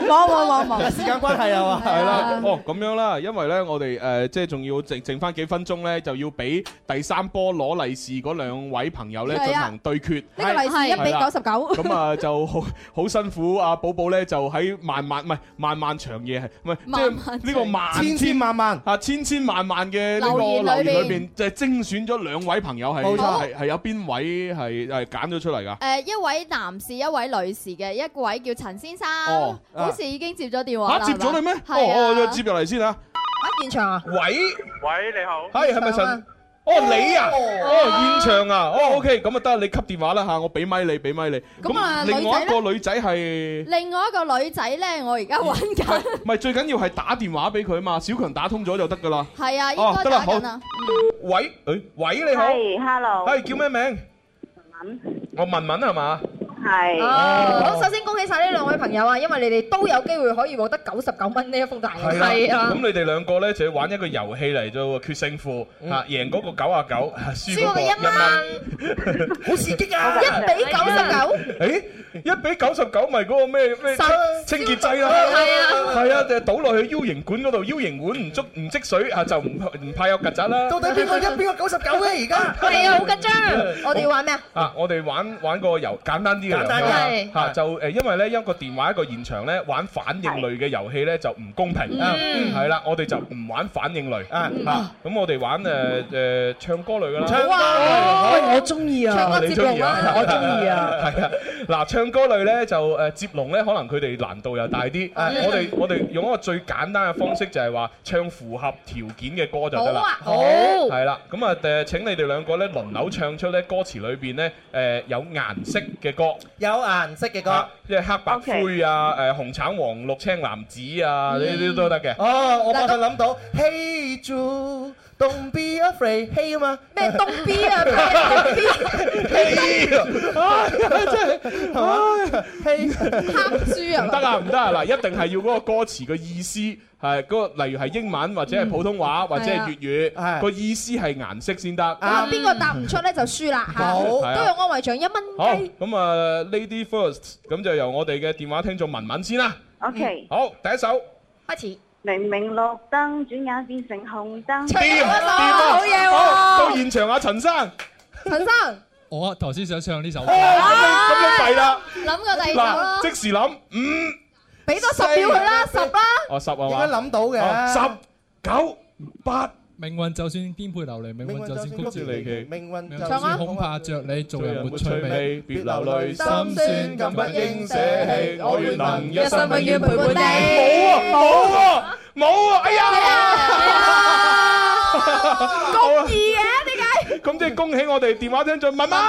S19: 冇冇冇冇，
S9: 時間關係啊嘛，
S5: 係啦，哦咁樣啦，因為咧我哋誒即係仲要剩剩翻幾分鐘咧，就要俾第三波攞利是嗰兩位朋友咧
S7: 係啊
S5: 進行對決。
S7: 呢個利是一比九十九。
S5: 咁啊就好好辛苦啊！寶寶咧就喺漫漫唔係漫漫長夜係唔係即
S7: 漫
S5: 係
S7: 漫
S5: 呢個萬
S9: 千千萬萬
S5: 啊千千萬萬嘅呢個
S9: 留
S5: 留
S9: 言
S5: 言
S9: 裏邊
S5: 裏邊，就係精選咗兩位朋友係
S9: 冇錯
S5: 係係有邊位係係揀咗出嚟㗎？
S1: 誒一位男士，一位女士嘅，一位叫陳先生
S5: 哦，
S1: 好似已經接咗電話
S5: 嚇
S1: 啦。
S5: 接咗你咩？哦
S1: 係啊
S5: 哦，接入嚟先啊！
S7: 喺現場啊？
S5: 喂喂，你好，係係咪陳？哦你啊，哦現場啊，哦 OK，咁啊得，你吸電話啦嚇，我俾咪你，俾咪你。
S1: 咁啊
S5: 另外一
S1: 女仔
S5: 個女 仔係。
S1: 另外一個女仔咧，我而家揾緊，
S5: 唔係最緊要係打電話俾佢啊嘛，小強打通咗就得噶啦。
S1: 係啊，
S5: 哦
S1: 應該
S5: 得啦
S1: 打緊啊。
S5: 喂，誒，喂你好，
S8: 係，hello。
S5: 係叫咩名？文文，我文文係嘛？
S16: 係。
S7: 哦，好，首先恭喜晒呢兩位朋友啊，因為你哋都有機會可以獲得九十九蚊呢一封大禮。
S5: 係啊啦，咁你哋兩個咧就要玩一個遊戲嚟到決勝負嚇，贏嗰個九啊九，輸嗰個一蚊，好刺激 啊！
S7: 一比九十九。
S5: 誒，一比九十九咪嗰個咩咩清潔劑啦，
S7: 係啊
S5: 係啊，就倒落去 U 型管嗰度，U 型管唔足唔積水嚇，就唔唔怕有曱甴啦。
S9: 到底邊個一邊個九十九咧？而家
S7: 係啊，好緊張。我哋要玩咩啊？
S5: 啊！我哋玩玩個遊簡單啲嘅遊
S7: 簡單
S5: 戲
S7: 啲
S5: 嚇，就呃誒，因為咧一個電話一個現場咧玩反應類嘅遊戲咧就唔公平啊，
S22: 嗯
S5: 係啦，我哋就唔玩反應類啊
S22: 嗯
S5: 嚇，咁我哋玩誒誒唱歌類㗎啦，
S22: 唱歌類喂我中意啊唱歌
S5: 你
S22: 接龍啊
S5: 中意 啊，
S22: 我中意啊
S5: 係啊，嗱唱歌類咧就誒接龍咧，可能佢哋難度又大啲，
S22: 嗯
S5: 我哋我哋用一個最簡單嘅方式就係話唱符合條件嘅歌就得啦，
S22: 好啊好
S9: 哦
S5: 係啦，咁啊誒請你哋兩個咧輪流唱出咧歌詞裏邊咧誒有顏色嘅歌。
S9: 有顏色嘅歌
S5: 啊。即係黑白灰啊，誒紅橙黃綠青藍紫啊，呢啲都得嘅。
S9: 哦，我馬上諗到，Hey Jude，Don't be afraid，Hey 啊嘛，
S7: 咩 Don't be 啊 咩
S9: Don't be，Hey 啊，真係係嘛，Hey
S7: 豬啊
S5: 唔得啊，唔得啊！嗱，一定係要嗰個歌詞嘅意思係嗰個，例如係英文或者係普通話或者係粵
S7: 係啊
S5: 語，個意思係顏色先得。
S7: 啊，
S9: À,
S7: 邊個答唔出咧就輸啦嚇，
S5: 好
S7: 都
S5: 係啊
S7: 有安慰獎一
S5: 好
S7: 蚊雞。
S5: 咁啊，Lady First，咁就由我哋嘅電話聽眾文文先啦。
S16: OK
S5: 好，第一首。
S7: 開始。
S16: 明明綠燈，轉眼變成紅燈。
S5: 掂掂啊！好到現場啊，陳生。
S7: 陳生，
S23: 我頭先想唱呢 首歌，
S5: 咁你弊啦。
S7: 諗個第
S5: 嗱，即時諗五。
S7: 俾多十秒佢啦，十啦。
S5: 哦，十啊嘛，
S23: 應該諗到嘅
S5: 哦十九八，
S23: 命運就算顛沛流離，命運就算曲折離奇，
S9: 命運
S23: 就算恐怕着你，做人沒趣味，
S5: 別流淚心
S23: 酸更不應捨
S5: 棄我願能一
S23: 生永遠陪伴你
S5: 冇啊冇啊冇啊！哎
S7: 公
S5: 呀，
S7: 義嘅
S5: 點解？咁即係恭喜我哋電話聽眾文文。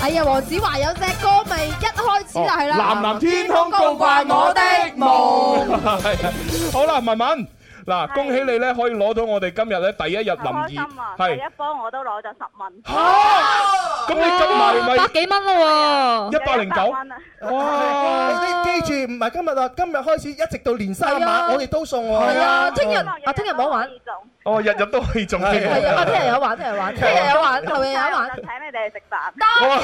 S7: 哎呀，黃子華有隻歌咪一開始就係啦，
S5: 藍藍天空高掛我的夢。係啊 好啦，文文。嗱，恭喜你咧，可以攞到我哋今日咧第一日
S16: 開
S5: 林
S16: 心
S5: 二
S16: 啊！第
S5: 係
S16: 一波我都攞咗十蚊。
S5: 咁你咁埋咪
S9: 哇百幾蚊咯喎
S5: 一百零九。
S16: 啊
S9: 哇！你記住，唔係今日啊，今日開始一直到年三
S7: 係啊
S9: 晚，我哋都送喎。
S7: 係啊，聽日啊，聽日唔好玩。
S5: 哦，日日都可以中添。
S7: 係啊，聽日有得玩，聽日有得玩，聽日有得玩，後日有得 玩。
S16: 請你哋食飯。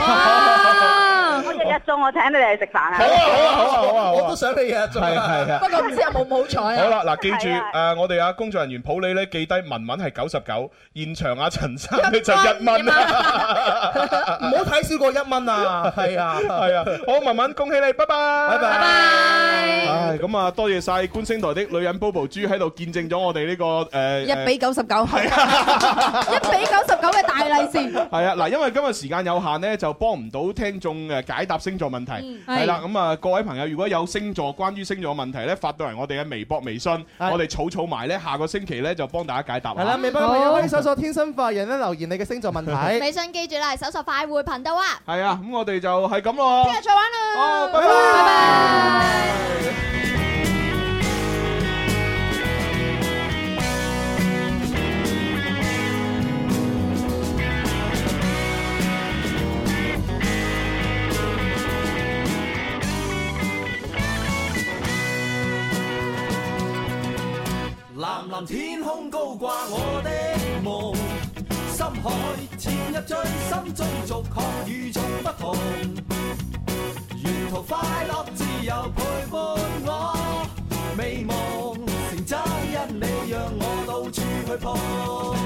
S7: 得
S16: 我日日中，我請你哋食飯啊！
S5: 好啊好啊好啊好啊！我都
S9: 想你日
S5: 做。係係
S7: 不
S5: 啊。
S7: 過唔知有冇好彩啊。
S5: 好啦，嗱，記住誒，我哋啊工作人員普你咧，記低文文係九十九，現場啊陳生咧就一蚊
S9: 唔好睇少過一蚊啊！係啊，
S5: 係啊，好文文，恭喜你，拜拜，拜
S9: 拜，
S5: 唉，咁啊，多謝晒觀星台的女人 Bobo 豬喺度見證咗我哋呢個誒
S7: Dạ
S24: 一比九十九，係
S7: 一比九十九嘅大利是。
S5: 係啊，嗱，因為今日時間有限咧，就幫唔到聽眾誒解答星座問題。
S22: 嗯
S5: 係啦，
S22: 係
S5: 咁啊，各位朋友如果有星座關於星座問題咧，發到嚟我哋嘅微博、微信，我哋儲儲埋咧，下個星期咧就幫大家解答。
S9: 係啦，微博朋友可以搜索天生快人咧，留言你嘅星座問題。
S1: 微信記住啦，搜索快活頻道啊！
S5: 係啊，咁我哋就係咁
S19: 哎
S5: 咯。
S1: 聽日再玩啦。
S5: 哦，拜拜。
S19: 藍藍天空高掛我的夢，深海潛入最深追逐，確與眾不同。沿途快樂自由陪伴我，美夢成真一味讓我到處去碰。